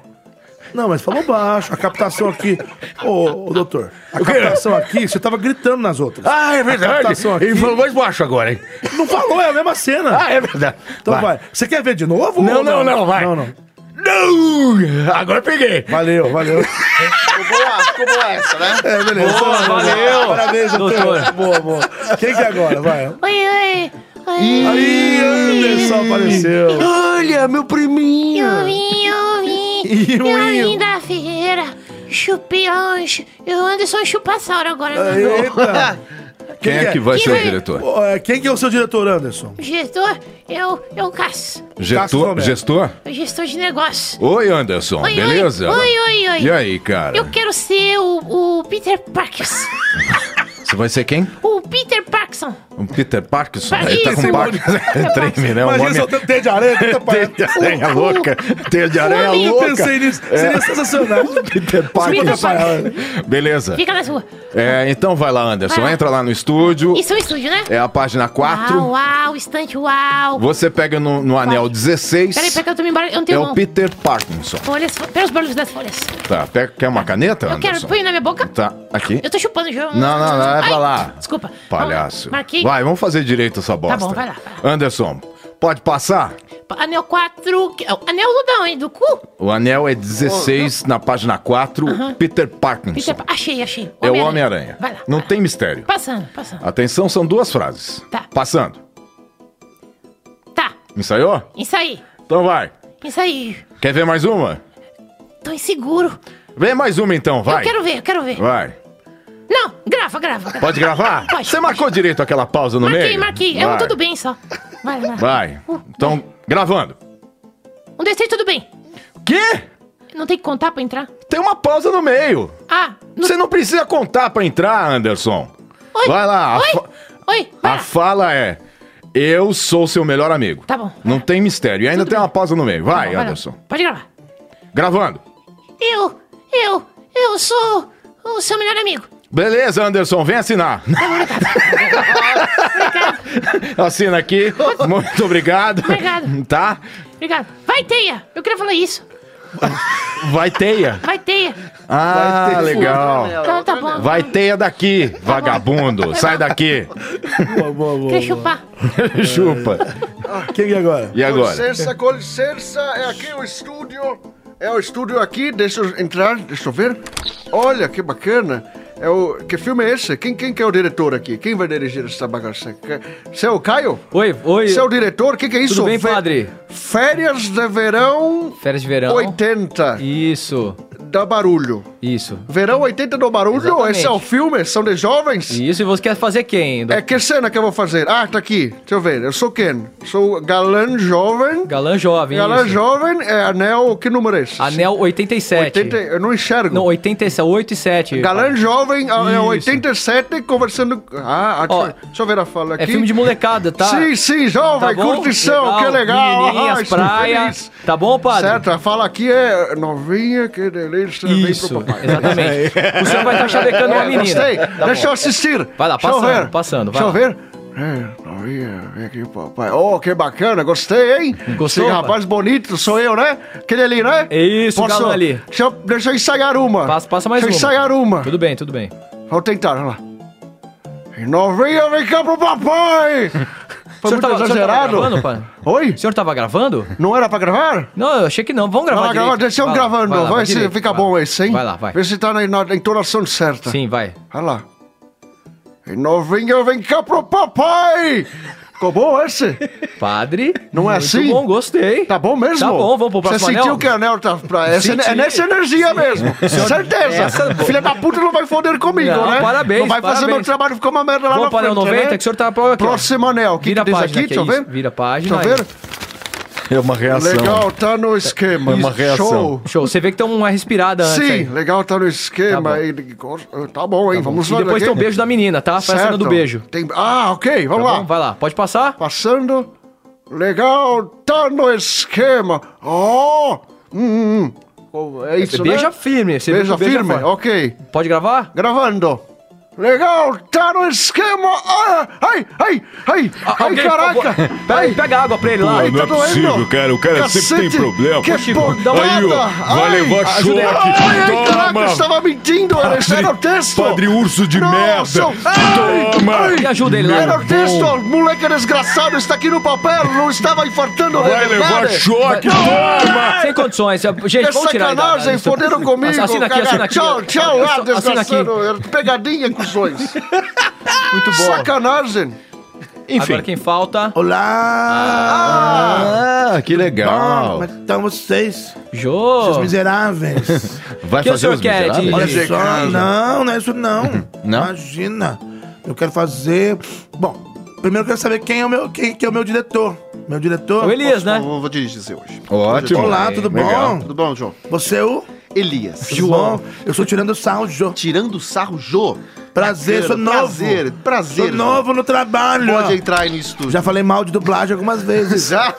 C: Não, mas falou baixo. A captação aqui... Ô, ô, doutor, a
E: O quê?
C: captação aqui, você tava gritando nas outras.
E: Ah, é
C: A
E: verdade.
C: captação Tá, aqui-
E: Ele falou mais baixo agora, hein?
C: Não falou, é a mesma cena.
E: Ah, é verdade.
C: Então vai. Você quer ver de novo?
E: Não,
C: ou
E: não, não, vai.
C: Não, não.
E: Não! Agora peguei.
C: Valeu, valeu.
F: Ficou boa, ficou boa essa, né?
C: É, beleza.
J: Boa, valeu.
C: Parabéns, doutor.
J: Doutor.
C: Boa, boa. Quem que é agora? Vai.
D: Oi, oi.
C: Aí, Anderson apareceu.
A: Olha, meu priminho!
D: Eu vim, eu vim.
C: Iu,
D: Eu
C: iu.
D: vim da Ferreira. Chupei anjo. Eu Anderson Chupassauro agora.
C: Eita.
B: Quem é que vai
D: Quem Tá
B: ser o
D: vai-
B: diretor?
C: Ô, é, Quem que é o seu diretor, Anderson?
D: Gestor, eu, eu caço.
C: Cássio
B: Gestor?
C: Romero.
B: gestor?
D: Eu gestor de negócio.
B: Oi, Anderson,
D: Oi,
B: beleza?
D: oi, oi, oi.
B: E aí, cara?
D: Eu quero ser é o, o Peter Parkinson.
B: Você vai ser quem?
D: o Peter Parkinson.
B: Um Peter Parkinson?
D: Vai,
B: Ele tá
D: isso,
B: com Parkinson. Treme, né? O
C: Imagina se eu
B: nome
C: tenho teia de aranha. puta
B: é... Teia
C: parada.
B: de aranha louca. Teia de aranha
D: homem-
C: Eu
B: louca.
C: pensei nisso. Seria sensacional.
B: Peter Parkinson. Beleza.
D: Fica na rua.
B: É, então vai lá, Anderson.
D: Vai lá.
B: Entra lá no estúdio.
D: Isso Ah, é um estúdio, né?
B: É a página 4.
D: Uau, uau, estante, uau.
B: Você pega no, no anel 16.
D: Peraí, peraí, que eu tô me embora. Eu não
B: É
D: tenho
B: o
D: mão.
B: Peter Parkinson.
D: Folhas, pera os barulhos das folhas.
B: Tá, pega, quer uma caneta,
D: Eu
B: Anderson?
D: quero, põe na minha boca.
B: Tá, aqui.
D: Eu tô chupando já.
B: Não, não, não, é pra
D: Ai,
B: lá.
D: Desculpa.
B: Palhaço.
D: Marquei.
B: Vai, vamos fazer direito essa bosta.
D: Tá bom, vai lá, vai
B: Anderson, pode passar?
D: Anel 4. que- é Anel não dá, hein? Do cu?
B: O anel é 16 na página 4, Peter Parkinson.
D: Peter Pa- Achei, achei.
B: É o Homem-Aranha.
D: Vai lá.
B: Não
D: vai.
B: tem mistério.
D: Passando, passando.
B: Atenção, são duas frases.
D: Tá.
B: Passando.
D: Tá.
B: Ensaiou?
D: Isso aí.
B: Então vai.
D: Isso aí.
B: Quer ver mais uma?
D: Tô inseguro.
B: Vem mais uma então, vai.
D: Eu quero ver, eu quero ver.
B: Vai.
K: Não, grava, grava. grava.
B: Pode gravar?
K: Pode.
B: Você marcou direito aquela pausa no
K: Marquei,
B: meio?
K: marquei.
B: Vai.
K: É um tudo bem só. Vai, vai.
B: Vai. Então, gravando.
K: Um, dois, três, tudo bem.
B: Quê?
K: Não tem que contar pra entrar?
B: Tem uma pausa no meio.
K: Ah,
B: Você não precisa contar pra entrar, Anderson.
K: Oi.
B: Vai lá. a
K: Oi.
B: fa-
K: Oi.
B: A fala é: Eu sou seu melhor amigo.
K: Tá bom. Tá
B: Não tem mistério. E ainda tem uma pausa no meio. Vai,
K: Vai lá.
B: Anderson.
K: Pode gravar.
B: Gravando.
K: Eu, eu, eu sou o seu melhor amigo.
B: Beleza, Anderson, vem assinar.
K: Tá
B: Assina aqui. Muito obrigado.
K: Obrigado.
B: Tá?
K: Obrigado. Vai, Teia. Eu queria falar isso.
B: Vai teia.
K: Vai, Teia.
B: Ah, legal.
K: Então tá bom.
B: Vai teia daqui, vagabundo. Sai daqui.
A: Boa, boa, boa.
K: Quer chupar?
B: Chupa.
A: Quem é agora?
B: E
L: Com
B: agora?
L: licença, com licença, é aqui o estúdio. É o estúdio aqui, deixa eu entrar, deixa eu ver. Olha, que bacana. É o, que filme é esse? Quem, quem que é o diretor aqui? Quem vai dirigir essa bagaça? Que- Seu Caio?
J: Oi, oi.
L: Seu diretor, o que, que é isso?
J: Tudo bem,
L: Fe-
J: padre?
L: Férias de verão
J: Férias de verão.
L: 80.
J: Isso.
L: Da barulho.
J: Isso.
L: Verão 80 do barulho?
J: Exatamente.
L: Esse é o filme? São de jovens?
J: Isso, e você quer fazer quem?
L: É que cena que eu vou fazer? Ah, tá aqui. Deixa eu ver. Eu sou quem? Sou galã jovem.
J: Galã jovem.
L: Galã
J: isso.
L: jovem é anel. Que número é esse?
J: Anel 87.
L: 80, eu não enxergo.
J: Não, 87, 8 e 7.
L: Galã jovem, é, anel
J: Isso.
L: 87, conversando. Ah, ah, deixa, deixa eu ver a fala aqui.
J: É filme de molecada, tá?
L: Sim, sim, jovem,
J: bom?
L: curtição, que legal.
J: Menininhas,
L: Ah, estou
J: praias.
L: feliz.
J: Tá bom, padre?
L: Certo, a fala aqui é novinha, que delícia,
J: Isso, exatamente.
L: É.
J: O senhor vai estar chavecando uma
L: É,
J: menina.
L: Gostei,
J: Tá
L: deixa
J: bom.
L: eu assistir.
J: Vai lá,
L: Deixa eu
J: passando,
L: ver.
J: passando, vai
L: Deixa eu
J: lá.
L: ver. É, novinha, vem aqui, papai. Oh, que bacana, gostei, hein?
J: Gostou,
L: Sim,
J: pai?
L: rapaz bonito, sou eu, né? Aquele ali, né?
J: Isso, o
L: Posso-
J: galã ali.
L: Deixa eu, deixa eu ensaiar uma.
J: Passa, passa mais
L: deixa
J: uma.
L: eu ensaiar uma.
J: Tudo bem, tudo bem.
L: Vou tentar, olha lá. Novinha, vem cá pro papai! Foi muito
J: o senhor
L: exagerado.
J: gravando, pai?
L: Oi? O
J: senhor tava gravando?
L: Não era pra gravar?
J: Não, eu achei que não. Vamos gravar
L: Vai lá, grava,
J: direito.
L: deixa eu
J: Vai lá,
L: gravando.
J: vai
L: Vai,
J: lá, vai
L: se
J: direito,
L: fica
J: vai lá.
L: bom esse, hein?
J: Vai lá, vai.
L: Vê se tá na, na entonação certa.
J: Sim, vai.
L: Olha lá. E novinha, vem cá pro papai! Ficou bom esse?
J: Padre?
L: Não é
J: muito
L: assim?
J: bom, gostei.
L: Tá bom mesmo?
J: Tá bom, vamos pro
L: Você
J: próximo
L: sentiu
J: anel?
L: que o anel tá pra... essa-
J: Senti.
L: é nessa energia mesmo.
J: Senhor-
L: Certeza.
J: Essa- é
L: Filha da puta não vai foder comigo,
J: Não,
L: né?
J: parabéns,
L: Não vai fazer
J: parabéns.
L: meu trabalho ficar uma merda lá
J: Vamos
L: na
J: pro
L: frente,
J: anel 90,
L: né?
J: que o senhor tá pro- aqui, ó.
L: Próximo anel. O que,
J: Vira
L: que
J: a
L: diz
J: página
L: aqui?
J: que
L: Deixa
J: é
L: eu ver.
J: isso. Vira a página.
L: Deixa eu
J: aí.
L: ver.
B: É uma reação.
L: Legal, tá no esquema.
B: É uma reação.
L: Show.
J: Show. Você vê que tem uma respirada antes.
L: Sim,
J: aí.
L: legal, tá no esquema.
J: Tá
L: aí. Tá bom, hein? Vamos
J: E
L: lá.
J: depois tem o
L: daqui.
J: beijo da menina, tá? Faz a cena
L: Certo.
J: do beijo.
L: Tem- Ah, ok, vamos
J: Tá
L: lá.
J: bom? Vai lá, pode passar?
L: Passando. Legal, tá no esquema. Oh! Hum, hum. É isso, né?
J: beija firme, você
L: beija
J: viu que beija
L: firme,
J: forte.
L: ok.
J: Pode gravar?
L: Gravando. Legal, tá no esquema. Ah, ai, ai, ai, ai,
J: alguém, por
L: caraca.
J: favor. Pega aí, pega água pra ele lá.
L: Ai,
E: Pô, não
L: tá
E: é possível,
L: doendo.
E: cara. O cara sempre tem
L: Cacete,
E: problema.
L: Que
E: Chico,
L: bondada.
E: Aí, ó, vai
L: Ai,
E: levar
L: ajuda
E: show
L: aí.
E: aqui.
L: Ai, ai, caraca,
E: Toma.
L: eu estava mentindo. Era, isso era o texto.
E: Padre urso de merda. Toma.
L: Ai,
J: ajuda ele lá.
L: é, Era o texto, moleque desgraçado, está aqui no papel, não estava infartando.
E: Vai
L: é
E: levar
L: verdade?
E: choque,
L: Ai,
J: Sem condições. Gente,
L: É
J: vamos tirar ele da-
L: sacanagem, foderam comigo.
J: Assina aqui,
L: cara.
J: assina aqui.
L: Tchau, tchau lá,
J: Assina aqui.
L: desgraçado. Era Pegadinha com os dois.
J: Muito bom.
L: Sacanagem.
J: Agora quem falta?
C: Olá!
B: Ah, que legal.
C: Como é que estão vocês?
J: Jô!
C: Seus miseráveis!
B: Vai
C: Que o
B: fazer
C: senhor
B: os
C: quer de-
B: miseráveis?
C: Olha só, não, não é isso
L: Uhum.
C: não.
B: Não?
C: Imagina. Eu quero fazer... Bom, primeiro eu quero saber quem é o meu, quem, que é o meu diretor. Meu diretor...
J: O Elias, né?
L: Eu vou dirigir você hoje.
B: Ótimo.
C: Olá, tudo
B: Legal.
C: bom?
L: Tudo bom, João?
C: Você é o...
L: Elias.
C: João. Eu sou Tirando Sarro, Jô.
L: Tirando Sarro, Jô?
C: Prazer, sou novo.
L: Prazer, prazer.
C: Sou novo no trabalho.
L: Pode
C: ó.
L: entrar aí no estúdio.
C: Já falei mal de dublagem algumas vezes.
L: Já?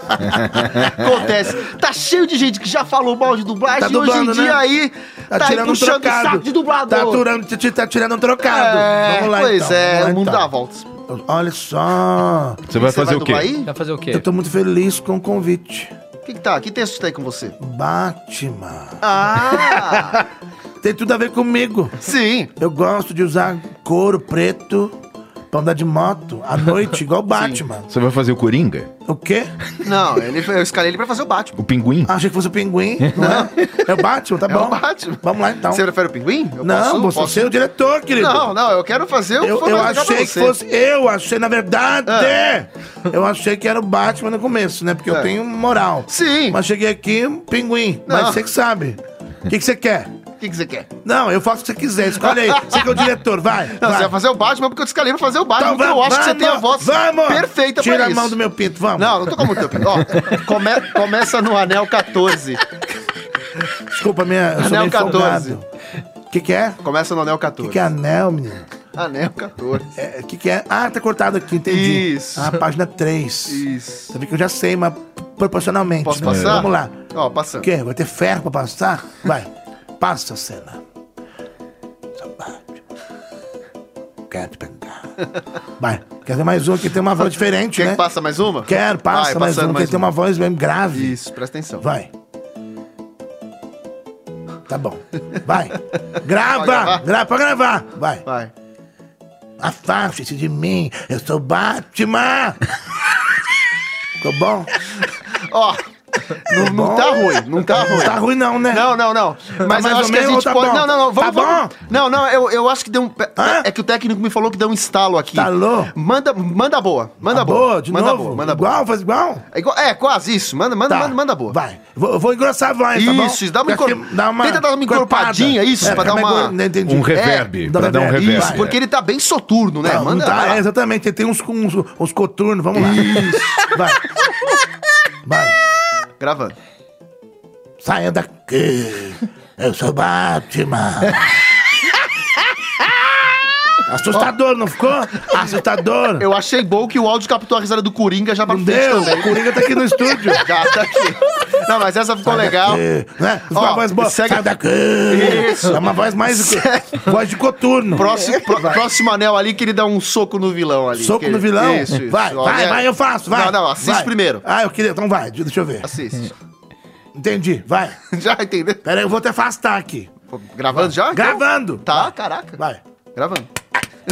L: Acontece. Tá cheio de gente que já falou mal de dublagem
C: Tá
L: e hoje em
C: dublando,
L: dia
C: né?
L: aí tá, aí
C: tirando um
L: puxando o
C: trocado.
L: saco de dublador.
C: Tá tirando, t- t- tá tirando um trocado.
L: É,
C: Vamos lá,
L: pois
C: então.
L: é,
C: Vamos lá,
L: o mundo
C: então.
L: dá voltas.
C: Olha só.
B: Você vai Você fazer vai o quê? dublar aí?
J: Vai fazer o quê?
C: Eu tô muito feliz com o convite.
L: O que, que tá? Que texto tem com você?
C: Batman.
L: Ah!
C: Tem tudo a ver comigo.
L: Sim.
C: Eu gosto de usar couro preto pra andar de moto à noite, igual o Batman.
B: Você vai fazer o Coringa?
C: O quê?
L: Não, ele, eu escalei ele pra fazer o Batman.
B: O pinguim?
C: Ah, achei que fosse o pinguim, não é? É o Batman, tá
L: É
C: bom.
L: o Batman.
C: Vamos lá então.
L: Você prefere o pinguim? Eu
C: não,
L: posso-
C: você é o diretor, querido.
L: Não, não, eu quero fazer o
C: Eu,
L: foi
C: eu
L: mais legal pra
C: achei que
L: você. Ah.
C: fosse. Eu achei, na verdade. Eu achei que era o Batman no começo, né? Porque
L: É.
C: eu tenho moral.
L: Sim.
C: Mas cheguei aqui, um pinguim. Mas
L: Não.
C: você que sabe. O que, que você quer?
F: que, que você quer?
M: Não, eu faço o que você quiser. Escolhe aí. Você que é o diretor, vai.
F: Não,
M: vai.
F: você vai fazer o Batman porque eu te escalei pra fazer o Batman.
M: Então
F: porque Ah, eu
M: vamos,
F: acho que você tem a
M: vamos,
F: voz
M: vamos.
F: perfeita
M: Tira
F: pra
M: a
F: isso.
M: mão do meu pinto, vamos.
F: Não, não tô com muito teu pinto. Ó, come- começa no anel 14.
M: Desculpa, minha. Eu sou
F: Anel
M: meio
F: 14.
M: folgado. O que, que é?
F: Começa no anel
M: O que,
F: 14.
M: é? que é anel, menino?
F: Anel 14.
M: O que, que é? Ah, tá cortado aqui, entendi.
F: Isso.
M: Ah, página 3.
F: Isso.
M: Você vê que eu já sei, mas proporcionalmente.
F: Posso
M: né?
F: passar?
M: Vamos lá.
F: Ó,
M: O
F: passando.
M: quê? Vai ter ferro pra passar? Vai. Passa a cena. Vai. Quer ver mais um que tem uma voz diferente,
F: Quer
M: né?
F: que passa mais uma?
M: Quero, passa
F: Vai,
M: mais um
F: passando
M: que
F: mais
M: tem
F: uma.
M: uma voz bem grave.
F: Isso, presta atenção.
M: Vai. Tá bom. Vai. Grava!
F: Pode gravar?
M: Grava pra gravar! Vai.
F: Vai.
M: Afaste-se de mim, eu sou Batman! Ficou bom?
F: Ó, não, não
M: bom?
F: tá ruim, não tá ruim.
M: Tá ruim não, né?
F: Não, não, não.
M: mais
F: Mas eu
M: ou
F: acho que a
M: menos ou
F: gente
M: tá
F: pode...
M: bom?
F: Não, não, não. Vamos,
M: Tá
F: vamos-
M: bom?
F: Não, não, eu, eu acho que deu um... É que o técnico me falou que deu um estalo aqui. Estalou? Manda, manda boa, manda
M: Tá Ah,
F: boa.
M: boa, de
F: manda
M: novo?
F: Boa, manda
M: igual, faz igual?
F: É, igual- é, quase isso. Manda, manda,
M: Tá.
F: manda, manda boa.
M: Vai. Vou, eu vou engrossar a voz, tá bom?
F: Isso, isso, dá uma,
M: Porque
F: encor...
M: dá uma
F: Tenta dar uma encorpadinha,
M: encorpada.
F: isso,
M: É,
F: pra dar
M: fica mais
F: uma...
M: gor- não entendi. É,
B: Um reverb, pra dar um reverb.
F: Isso, porque ele tá bem soturno, né?
M: Não,
F: Manda...
M: não tá,
F: vai
M: é,
F: lá.
M: exatamente, tem uns, uns, uns coturnos, vamos lá. Vai. Vai.
F: Gravando.
M: Saia daqui. Eu sou Batman. Assustador, não ficou? Assustador.
F: Eu achei bom que o áudio captou a risada do Coringa já pra frente
M: Deus,
F: também.
M: o Coringa tá aqui no estúdio.
F: Já tá aqui. Não, mas essa ficou legal.
M: Daqui, né? Ficou
F: Ó,
M: uma voz boa.
F: segue-
M: Sai daqui.
F: Isso.
M: É uma voz mais... voz de coturno.
F: Próximo, pró- próximo anel ali que ele dá um soco no vilão ali.
M: É, Soco
F: Que-
M: no vilão?
F: Isso, isso.
M: Vai,
F: Ó,
M: vai,
F: né?
M: vai, eu faço, vai.
F: Não, não, assiste
M: Vai.
F: primeiro.
M: Ah, eu queria, então vai, deixa eu ver.
F: Assiste.
M: Entendi, vai.
F: Já entendeu?
M: Peraí, eu vou te afastar aqui.
F: Gravando já?
M: Gravando.
F: Tá, caraca.
M: Vai.
F: Gravando.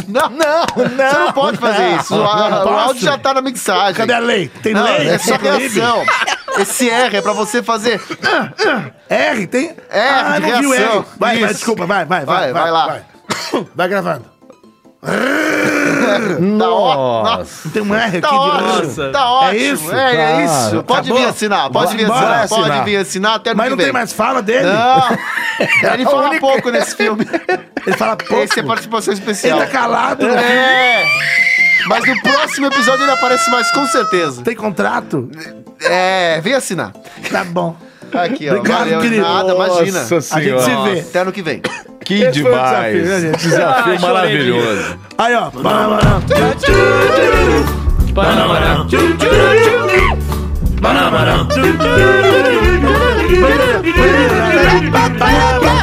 F: Não, não, você não pode fazer isso. O, a-
M: Não
F: o
M: posso.
F: áudio já tá na mensagem.
M: Cadê a lei? Tem
F: não,
M: lei?
F: É só
M: Tem lei?
F: reação. Esse R é pra você fazer. Tá
M: R, tem? R,
F: de
M: não viu
F: reação.
M: R. Vai, vai,
F: Isso.
M: desculpa, vai, vai, vai.
F: Vai, vai lá.
M: Vai, Vai gravando.
F: Tá ó-
M: Tem um R aqui
F: Tá
M: de
F: ótimo,
M: novo.
F: tá ótimo.
M: É isso?
F: É, é
M: Claro.
F: isso. Pode
M: Acabou?
F: vir assinar, pode vir
M: Bora
F: assinar, pode
M: assinar.
F: vir assinar até ano
M: Mas
F: que
M: não
F: vem.
M: tem mais fala dele?
F: Não. Ele
M: É a
F: fala
M: única-
F: pouco nesse filme.
M: Ele fala pouco.
F: Esse é participação especial.
M: Ele tá calado,
F: É. Mas no próximo episódio ele aparece mais, com certeza.
M: Tem contrato?
F: É, vem assinar.
M: Tá bom.
F: Aqui, ó.
M: Obrigado,
F: valeu,
M: querido.
F: Nada, imagina.
B: Nossa
F: A gente se
B: Senhora.
F: vê. Até ano que vem.
B: Que demais.
M: desafio, né, gente?
B: Desafio
M: Ah, chorei,
B: maravilhoso.
M: Aí, ó.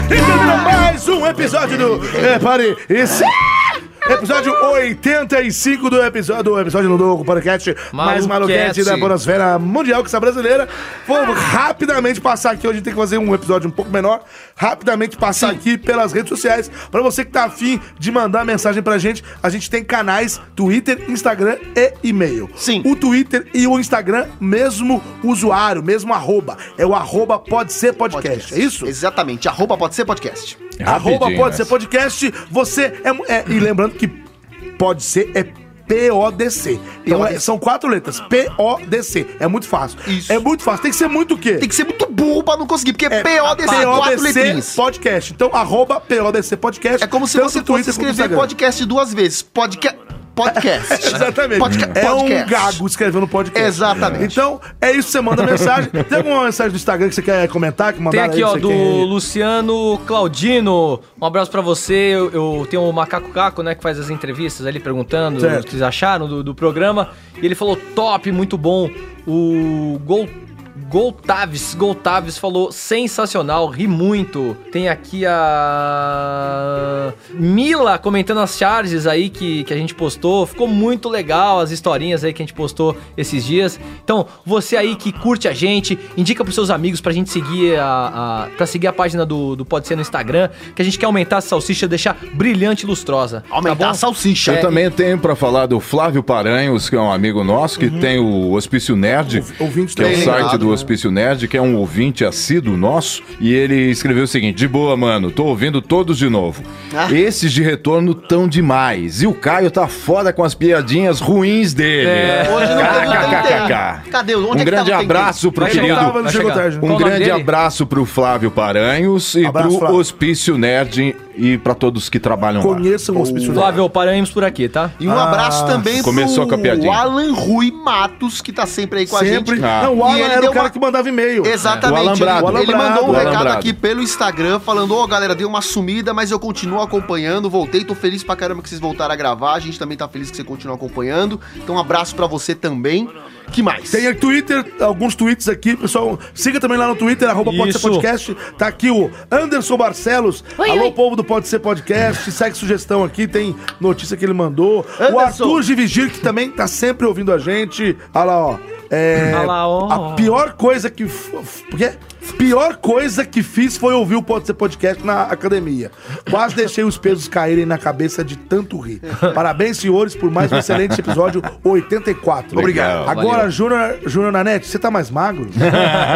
C: Terminou mais um episódio do. É, pare. Esse. Episódio 85 do episódio, do episódio não, do podcast mais maluquete
M: Maluquete.
C: da Bonosfera Mundial, que essa brasileira. Vamos rapidamente passar aqui. Hoje tem que fazer um episódio um pouco menor. Rapidamente passar aqui pelas redes sociais. Pra você que tá afim de mandar mensagem pra gente, a gente tem canais: Twitter, Instagram e e-mail. Sim. O Twitter e o Instagram, mesmo usuário, mesmo arroba. É o arroba pode ser podcast. É isso?
F: Exatamente. Arroba pode ser podcast.
C: Arroba
F: É Rapidinho
C: pode
F: essa.
C: ser podcast. Você é, mu- é- E lembrando que pode ser é P-O-D-C. Então é- são quatro letras. P-O-D-C. É muito fácil. Isso. É muito fácil. Tem que ser muito o quê? Tem
F: que ser muito burro pra não conseguir, porque é PODC, quatro letrinhas.
C: podcast. Então, arroba PODC podcast. É
F: Como se você fosse escrever podcast duas vezes. Podca podcast.
C: Exatamente.
F: Podca
C: é um
F: podcast.
C: gago escrevendo podcast.
F: Exatamente.
C: Então, é isso. Você manda mensagem. Tem alguma mensagem do Instagram que você quer comentar? Que
J: Tem
C: mandaram
J: aqui,
C: aí,
J: ó,
C: você
J: do
C: quer-
J: Luciano Claudino. Um abraço pra você. Eu, eu tenho o Macaco Caco, né, que faz as entrevistas ali perguntando
C: Certo.
J: o que vocês acharam do, do programa. E ele falou: top, muito bom. O Gol. Goltaves, Goltaves falou sensacional, ri muito. Tem aqui a Mila comentando as charges aí que, que a gente postou. Ficou muito legal as historinhas aí que a gente postou esses dias. Então, você aí que curte a gente, indica pros seus amigos pra gente seguir a, a pra seguir a página do, do Pode Ser no Instagram, que a gente quer aumentar a salsicha, deixar brilhante e lustrosa. Aumentar a salsicha.
F: É,
B: Eu também tenho pra falar
F: Uhum.
B: do Flávio Paranhos, que é um amigo nosso, que tem o Hospício Nerd,
C: ouvinte
B: que é o
C: também.
B: site
C: Ligado,
B: do
C: né?
B: Hospício Nerd, que é um ouvinte assíduo nosso, e ele escreveu o seguinte: De boa, mano, tô ouvindo todos de novo.
F: Ah.
B: Esses de retorno tão demais. E o Caio tá foda com as piadinhas ruins dele.
F: É. Hoje não teve, não teve
B: KKKK.
F: tempo. Cadê? Onde é
B: Um
F: que
B: grande
F: tava o tempo?
B: abraço pro
F: Vai chegar,
B: querido.
F: vai chegar. Qual
B: Um
F: o nome
B: grande
F: dele?
B: abraço pro Flávio Paranhos e
J: Abraço,
B: pro
J: Flávio.
B: Hospício Nerd e pra todos que trabalham lá.
C: Conheçam o hospício
J: Flávio, Flávio, paramos por aqui, tá?
F: E um
C: Ah,
F: abraço também
B: começou com a
F: pro
B: piadinha.
F: Alan Rui Matos, que tá sempre aí com
C: Sempre.
F: a gente.
C: Ah. Não, o
F: E
C: Alan
F: ele
C: era
F: deu
C: o cara que mandava e-mail.
F: Exatamente.
C: É. O Alambrado.
F: Ele, ele
C: O Alambrado.
F: mandou um
C: O
F: recado
C: Alambrado.
F: aqui pelo Instagram falando: Ô galera, dei uma sumida, mas eu continuo acompanhando. Voltei, tô feliz pra caramba que vocês voltaram a gravar. A gente também tá feliz que você continua acompanhando. Então, um abraço pra você também. Que mais?
C: Tem o Twitter, alguns tweets aqui, pessoal. Siga também lá no Twitter, arroba Pode Ser
F: Isso.
C: Podcast. Tá aqui o Anderson Barcelos. Alô, povo do Pode Ser Podcast. Segue sugestão aqui, tem notícia que ele mandou. O Arthur de Vigir, que também tá sempre ouvindo a gente. Olha lá, ó. É,
J: Olha lá, ó.
C: A pior coisa que. f- f- Por quê? Pior coisa que fiz foi ouvir o Pode Ser Podcast na academia. Quase deixei os pesos caírem na cabeça de tanto rir. Parabéns, senhores, por mais um excelente episódio 84.
B: Obrigado.
C: Agora,
B: Valeu.
C: Júnior Júnior Nanete, você tá mais magro?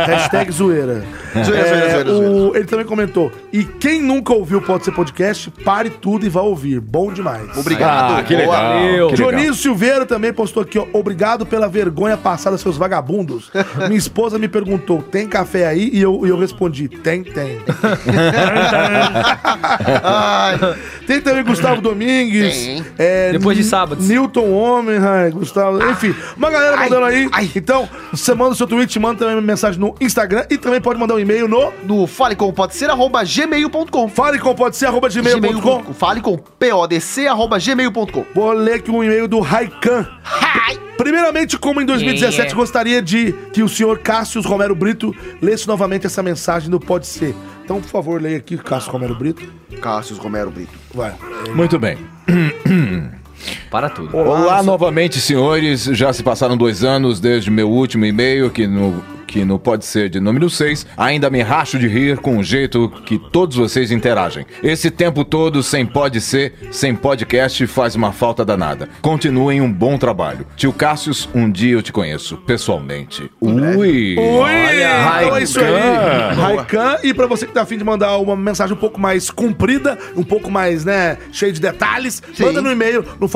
C: Hashtag zoeira.
B: Zoeira,
C: É,
B: zoeira, zoeira,
C: o- Ele também comentou, e quem nunca ouviu o Pode Ser Podcast, pare tudo e vá ouvir. Bom demais.
B: Obrigado. Ah, que legal, Boa. que legal.
C: Dionísio Silveira também postou aqui, ó, obrigado pela vergonha passada, seus vagabundos. Minha esposa me perguntou, tem café aí? E eu, e eu respondi, tem, tem. Tem também Gustavo Domingues.
J: Tem.
C: é,
J: Depois de
C: N-
J: sábados.
C: Newton Homenheim, Gustavo. Enfim, uma galera mandando aí. Então, você manda o seu tweet, manda também uma mensagem no Instagram e também pode mandar um e-mail no.
F: No falecompodser.gmail.com.
C: Falecompodser.gmail.com.
F: Fale com podc.gmail.com.
C: Vou ler aqui um e-mail do Raikan. Primeiramente, como em 2017,
F: Yeah.
C: gostaria de que o senhor Cássio Romero Brito lesse novamente essa mensagem do Pode Ser. Então, por favor, leia aqui, Cássio Romero Brito.
F: Cássio Romero Brito.
C: Vai.
B: Muito bem.
J: Para tudo.
B: Olá, novamente, senhores. Já se passaram dois anos desde meu último e-mail, que no, que no pode ser de número 6. Ainda me racho de rir com o jeito que todos vocês interagem. Esse tempo todo, sem pode ser, sem podcast, faz uma falta danada. Continuem um bom trabalho. Tio Cássius, um dia eu te conheço, pessoalmente.
C: Ui!
B: Ui!
C: então é isso aí.
B: Raikan.
C: Raikan. E pra você que tá afim de mandar uma mensagem um pouco mais comprida, um pouco mais, né, cheia de detalhes, manda no e-mail no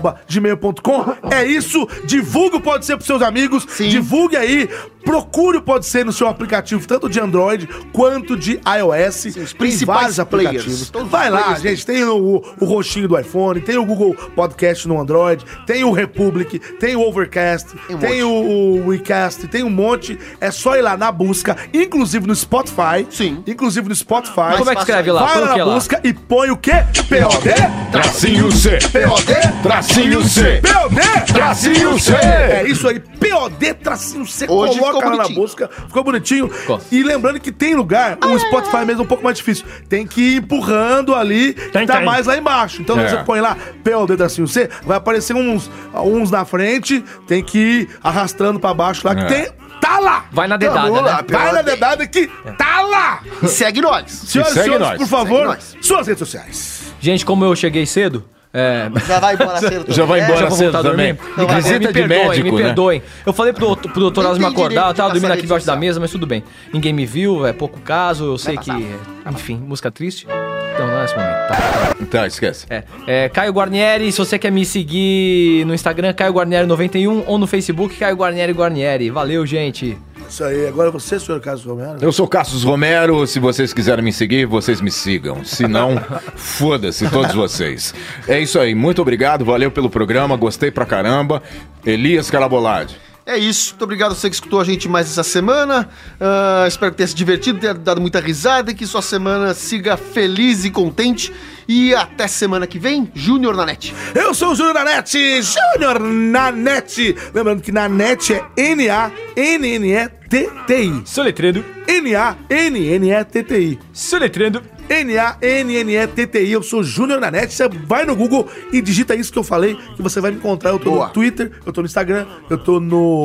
C: falecompodecer.gmail.com. É isso. Divulgue o Pode Ser pros seus amigos. Divulgue aí. Procure o Pode Ser no seu aplicativo, tanto de Android quanto de iOS. os
F: principais players, todos
C: Vai
F: os
C: lá,
F: players
C: gente. Tem o, o roxinho do iPhone, tem o Google Podcast no Android, tem o Republic, tem o Overcast, tem,
F: um
C: o, o WeCast, tem um monte. É só ir lá na busca, inclusive no Spotify. Sim. Inclusive no Spotify.
J: como é que escreve lá?
C: Vai
J: Põe o
C: lá
J: que
C: na
J: lá?
C: busca e põe o quê? POD?
A: Tracinho C.
C: POD?
A: Tracinho C.
C: POD?
A: Tracinho C.
C: É isso aí. POD tracinho C.
A: Hoje
C: Coloca
A: ficou
C: lá na
A: bonitinho.
C: busca. Ficou bonitinho. E lembrando que tem lugar, o Spotify mesmo é um pouco mais difícil. Tem que ir empurrando ali, que tá
A: tem.
C: mais lá embaixo. Então
A: É.
C: você põe lá POD tracinho C, vai aparecer uns, uns na frente, tem que ir arrastando pra baixo lá, que
J: É.
C: tem... Tá lá!
J: Vai na
C: Tá
J: dedada,
C: bom
J: né?
C: lá, Vai na dedada que tá lá!
F: E segue nós.
C: Senhoras e
J: segue
C: senhores,
J: nós.
C: por
J: Segue
C: favor,
J: nós.
C: suas redes sociais.
J: Gente, como eu cheguei cedo. é-
F: Já vai embora cedo também.
J: Já vai
F: É,
J: embora
F: já vou
J: cedo
F: voltar a
J: também.
F: dormir.
J: Me,
F: Então vai.
J: é, me
F: Visita de
J: perdoem,
F: médico,
J: me
F: né?
J: perdoem. Eu falei pro, doutor- pro doutor
F: Nem
J: Osmo
F: tem direito
J: acordar, eu
F: de
J: tava
F: passar
J: dormindo aqui
F: rede
J: embaixo da mesa, mas tudo bem. Ninguém me viu, é pouco caso, eu sei que. é, Enfim, música triste. Então, não é esse momento. Tá.
B: Tá, esquece.
J: É, é, Caio Guarnieri, se você quer me seguir no Instagram, Caio Guarnieri91 ou no Facebook, Caio Guarnieri Guarnieri. Valeu, gente.
C: Isso aí, agora você, senhor Carlos Romero.
B: Eu sou Cassius Romero. Se vocês quiserem me seguir, vocês me sigam. Se não, foda-se todos vocês. É isso aí. Muito obrigado. Valeu pelo programa. Gostei pra caramba. Elias Carabolade.
F: É isso. Muito obrigado a você que escutou a gente mais essa semana. Ah, espero que tenha se divertido, tenha dado muita risada e que sua semana siga feliz e contente. E até semana que vem, Júnior na net.
C: Eu sou o Júnior Nanete, Júnior Nanete. Lembrando que Nanete é N-A-N-N-E-T-T-I.
J: Soletrando.
C: N-A-N-N-E-T-T-I.
J: Soletrando.
C: N-A-N-N-E-T-T-I. Eu sou o Júnior Nanete. Você vai no Google e digita isso que eu falei, que você vai me encontrar. Eu tô no Twitter, eu tô no Instagram, eu tô no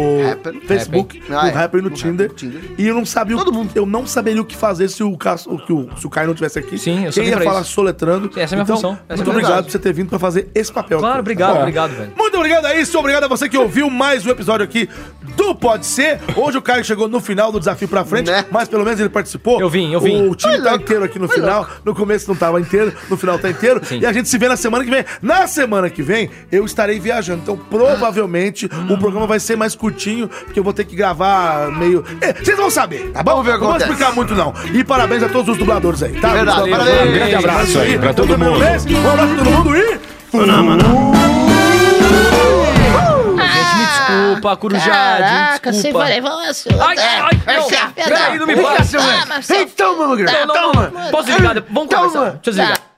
C: Facebook,
F: Happn. Ah,
C: no
F: é.
C: Rapper e no
F: No
C: Tinder.
F: Happn, Tinder.
C: E eu não sabia Todo mundo. Eu não saberia o que fazer se o, Cas- o, que o- se o Caio não tivesse aqui. Sim,
J: eu só
C: Quem
J: vim
C: ia
J: pra
C: falar
J: isso.
C: soletrando.
J: Essa é a minha
C: Então,
J: função. Essa é a
C: muito
J: minha
C: obrigado
J: função.
C: por você ter vindo pra fazer esse papel.
J: Claro,
C: aqui.
J: obrigado,
C: Ó,
J: obrigado, velho.
C: Muito obrigado, é isso. Obrigado a você que ouviu mais um episódio aqui do Pode Ser. Hoje o Caio chegou no final do desafio pra frente, mas pelo menos ele participou. Eu vim,
A: eu vim.
C: O time tá inteiro aqui no final. No começo não tava inteiro, no final tá inteiro. E a gente se vê na semana que vem. Na semana que vem, eu estarei viajando. Então, provavelmente, o programa vai ser mais curtinho, porque eu vou ter que gravar meio. É, Vocês vão saber, tá bom?
B: Vamos ver o que
C: não vou
B: acontece.
C: explicar muito, não. E parabéns a todos os dubladores aí, tá?
B: Verdade,
C: Pessoal,
B: parabéns.
C: Um grande abraço aí pra todo mundo. Um abraço pra todo mundo e.
A: Gente, me desculpa, Corujade.
D: Caraca, você
A: desculpa.
D: vai levar uma surra.
A: Ai, ai, não,
D: Marcelo,
A: peraí, não me
D: perdão.
A: passa,
D: Ah,
A: velho.
D: Marcelo.
A: Então,
D: Tá,
A: não, não,
D: toma.
A: não. Posso ligar? Vamos conversar. Deixa eu desligar.
D: Tá.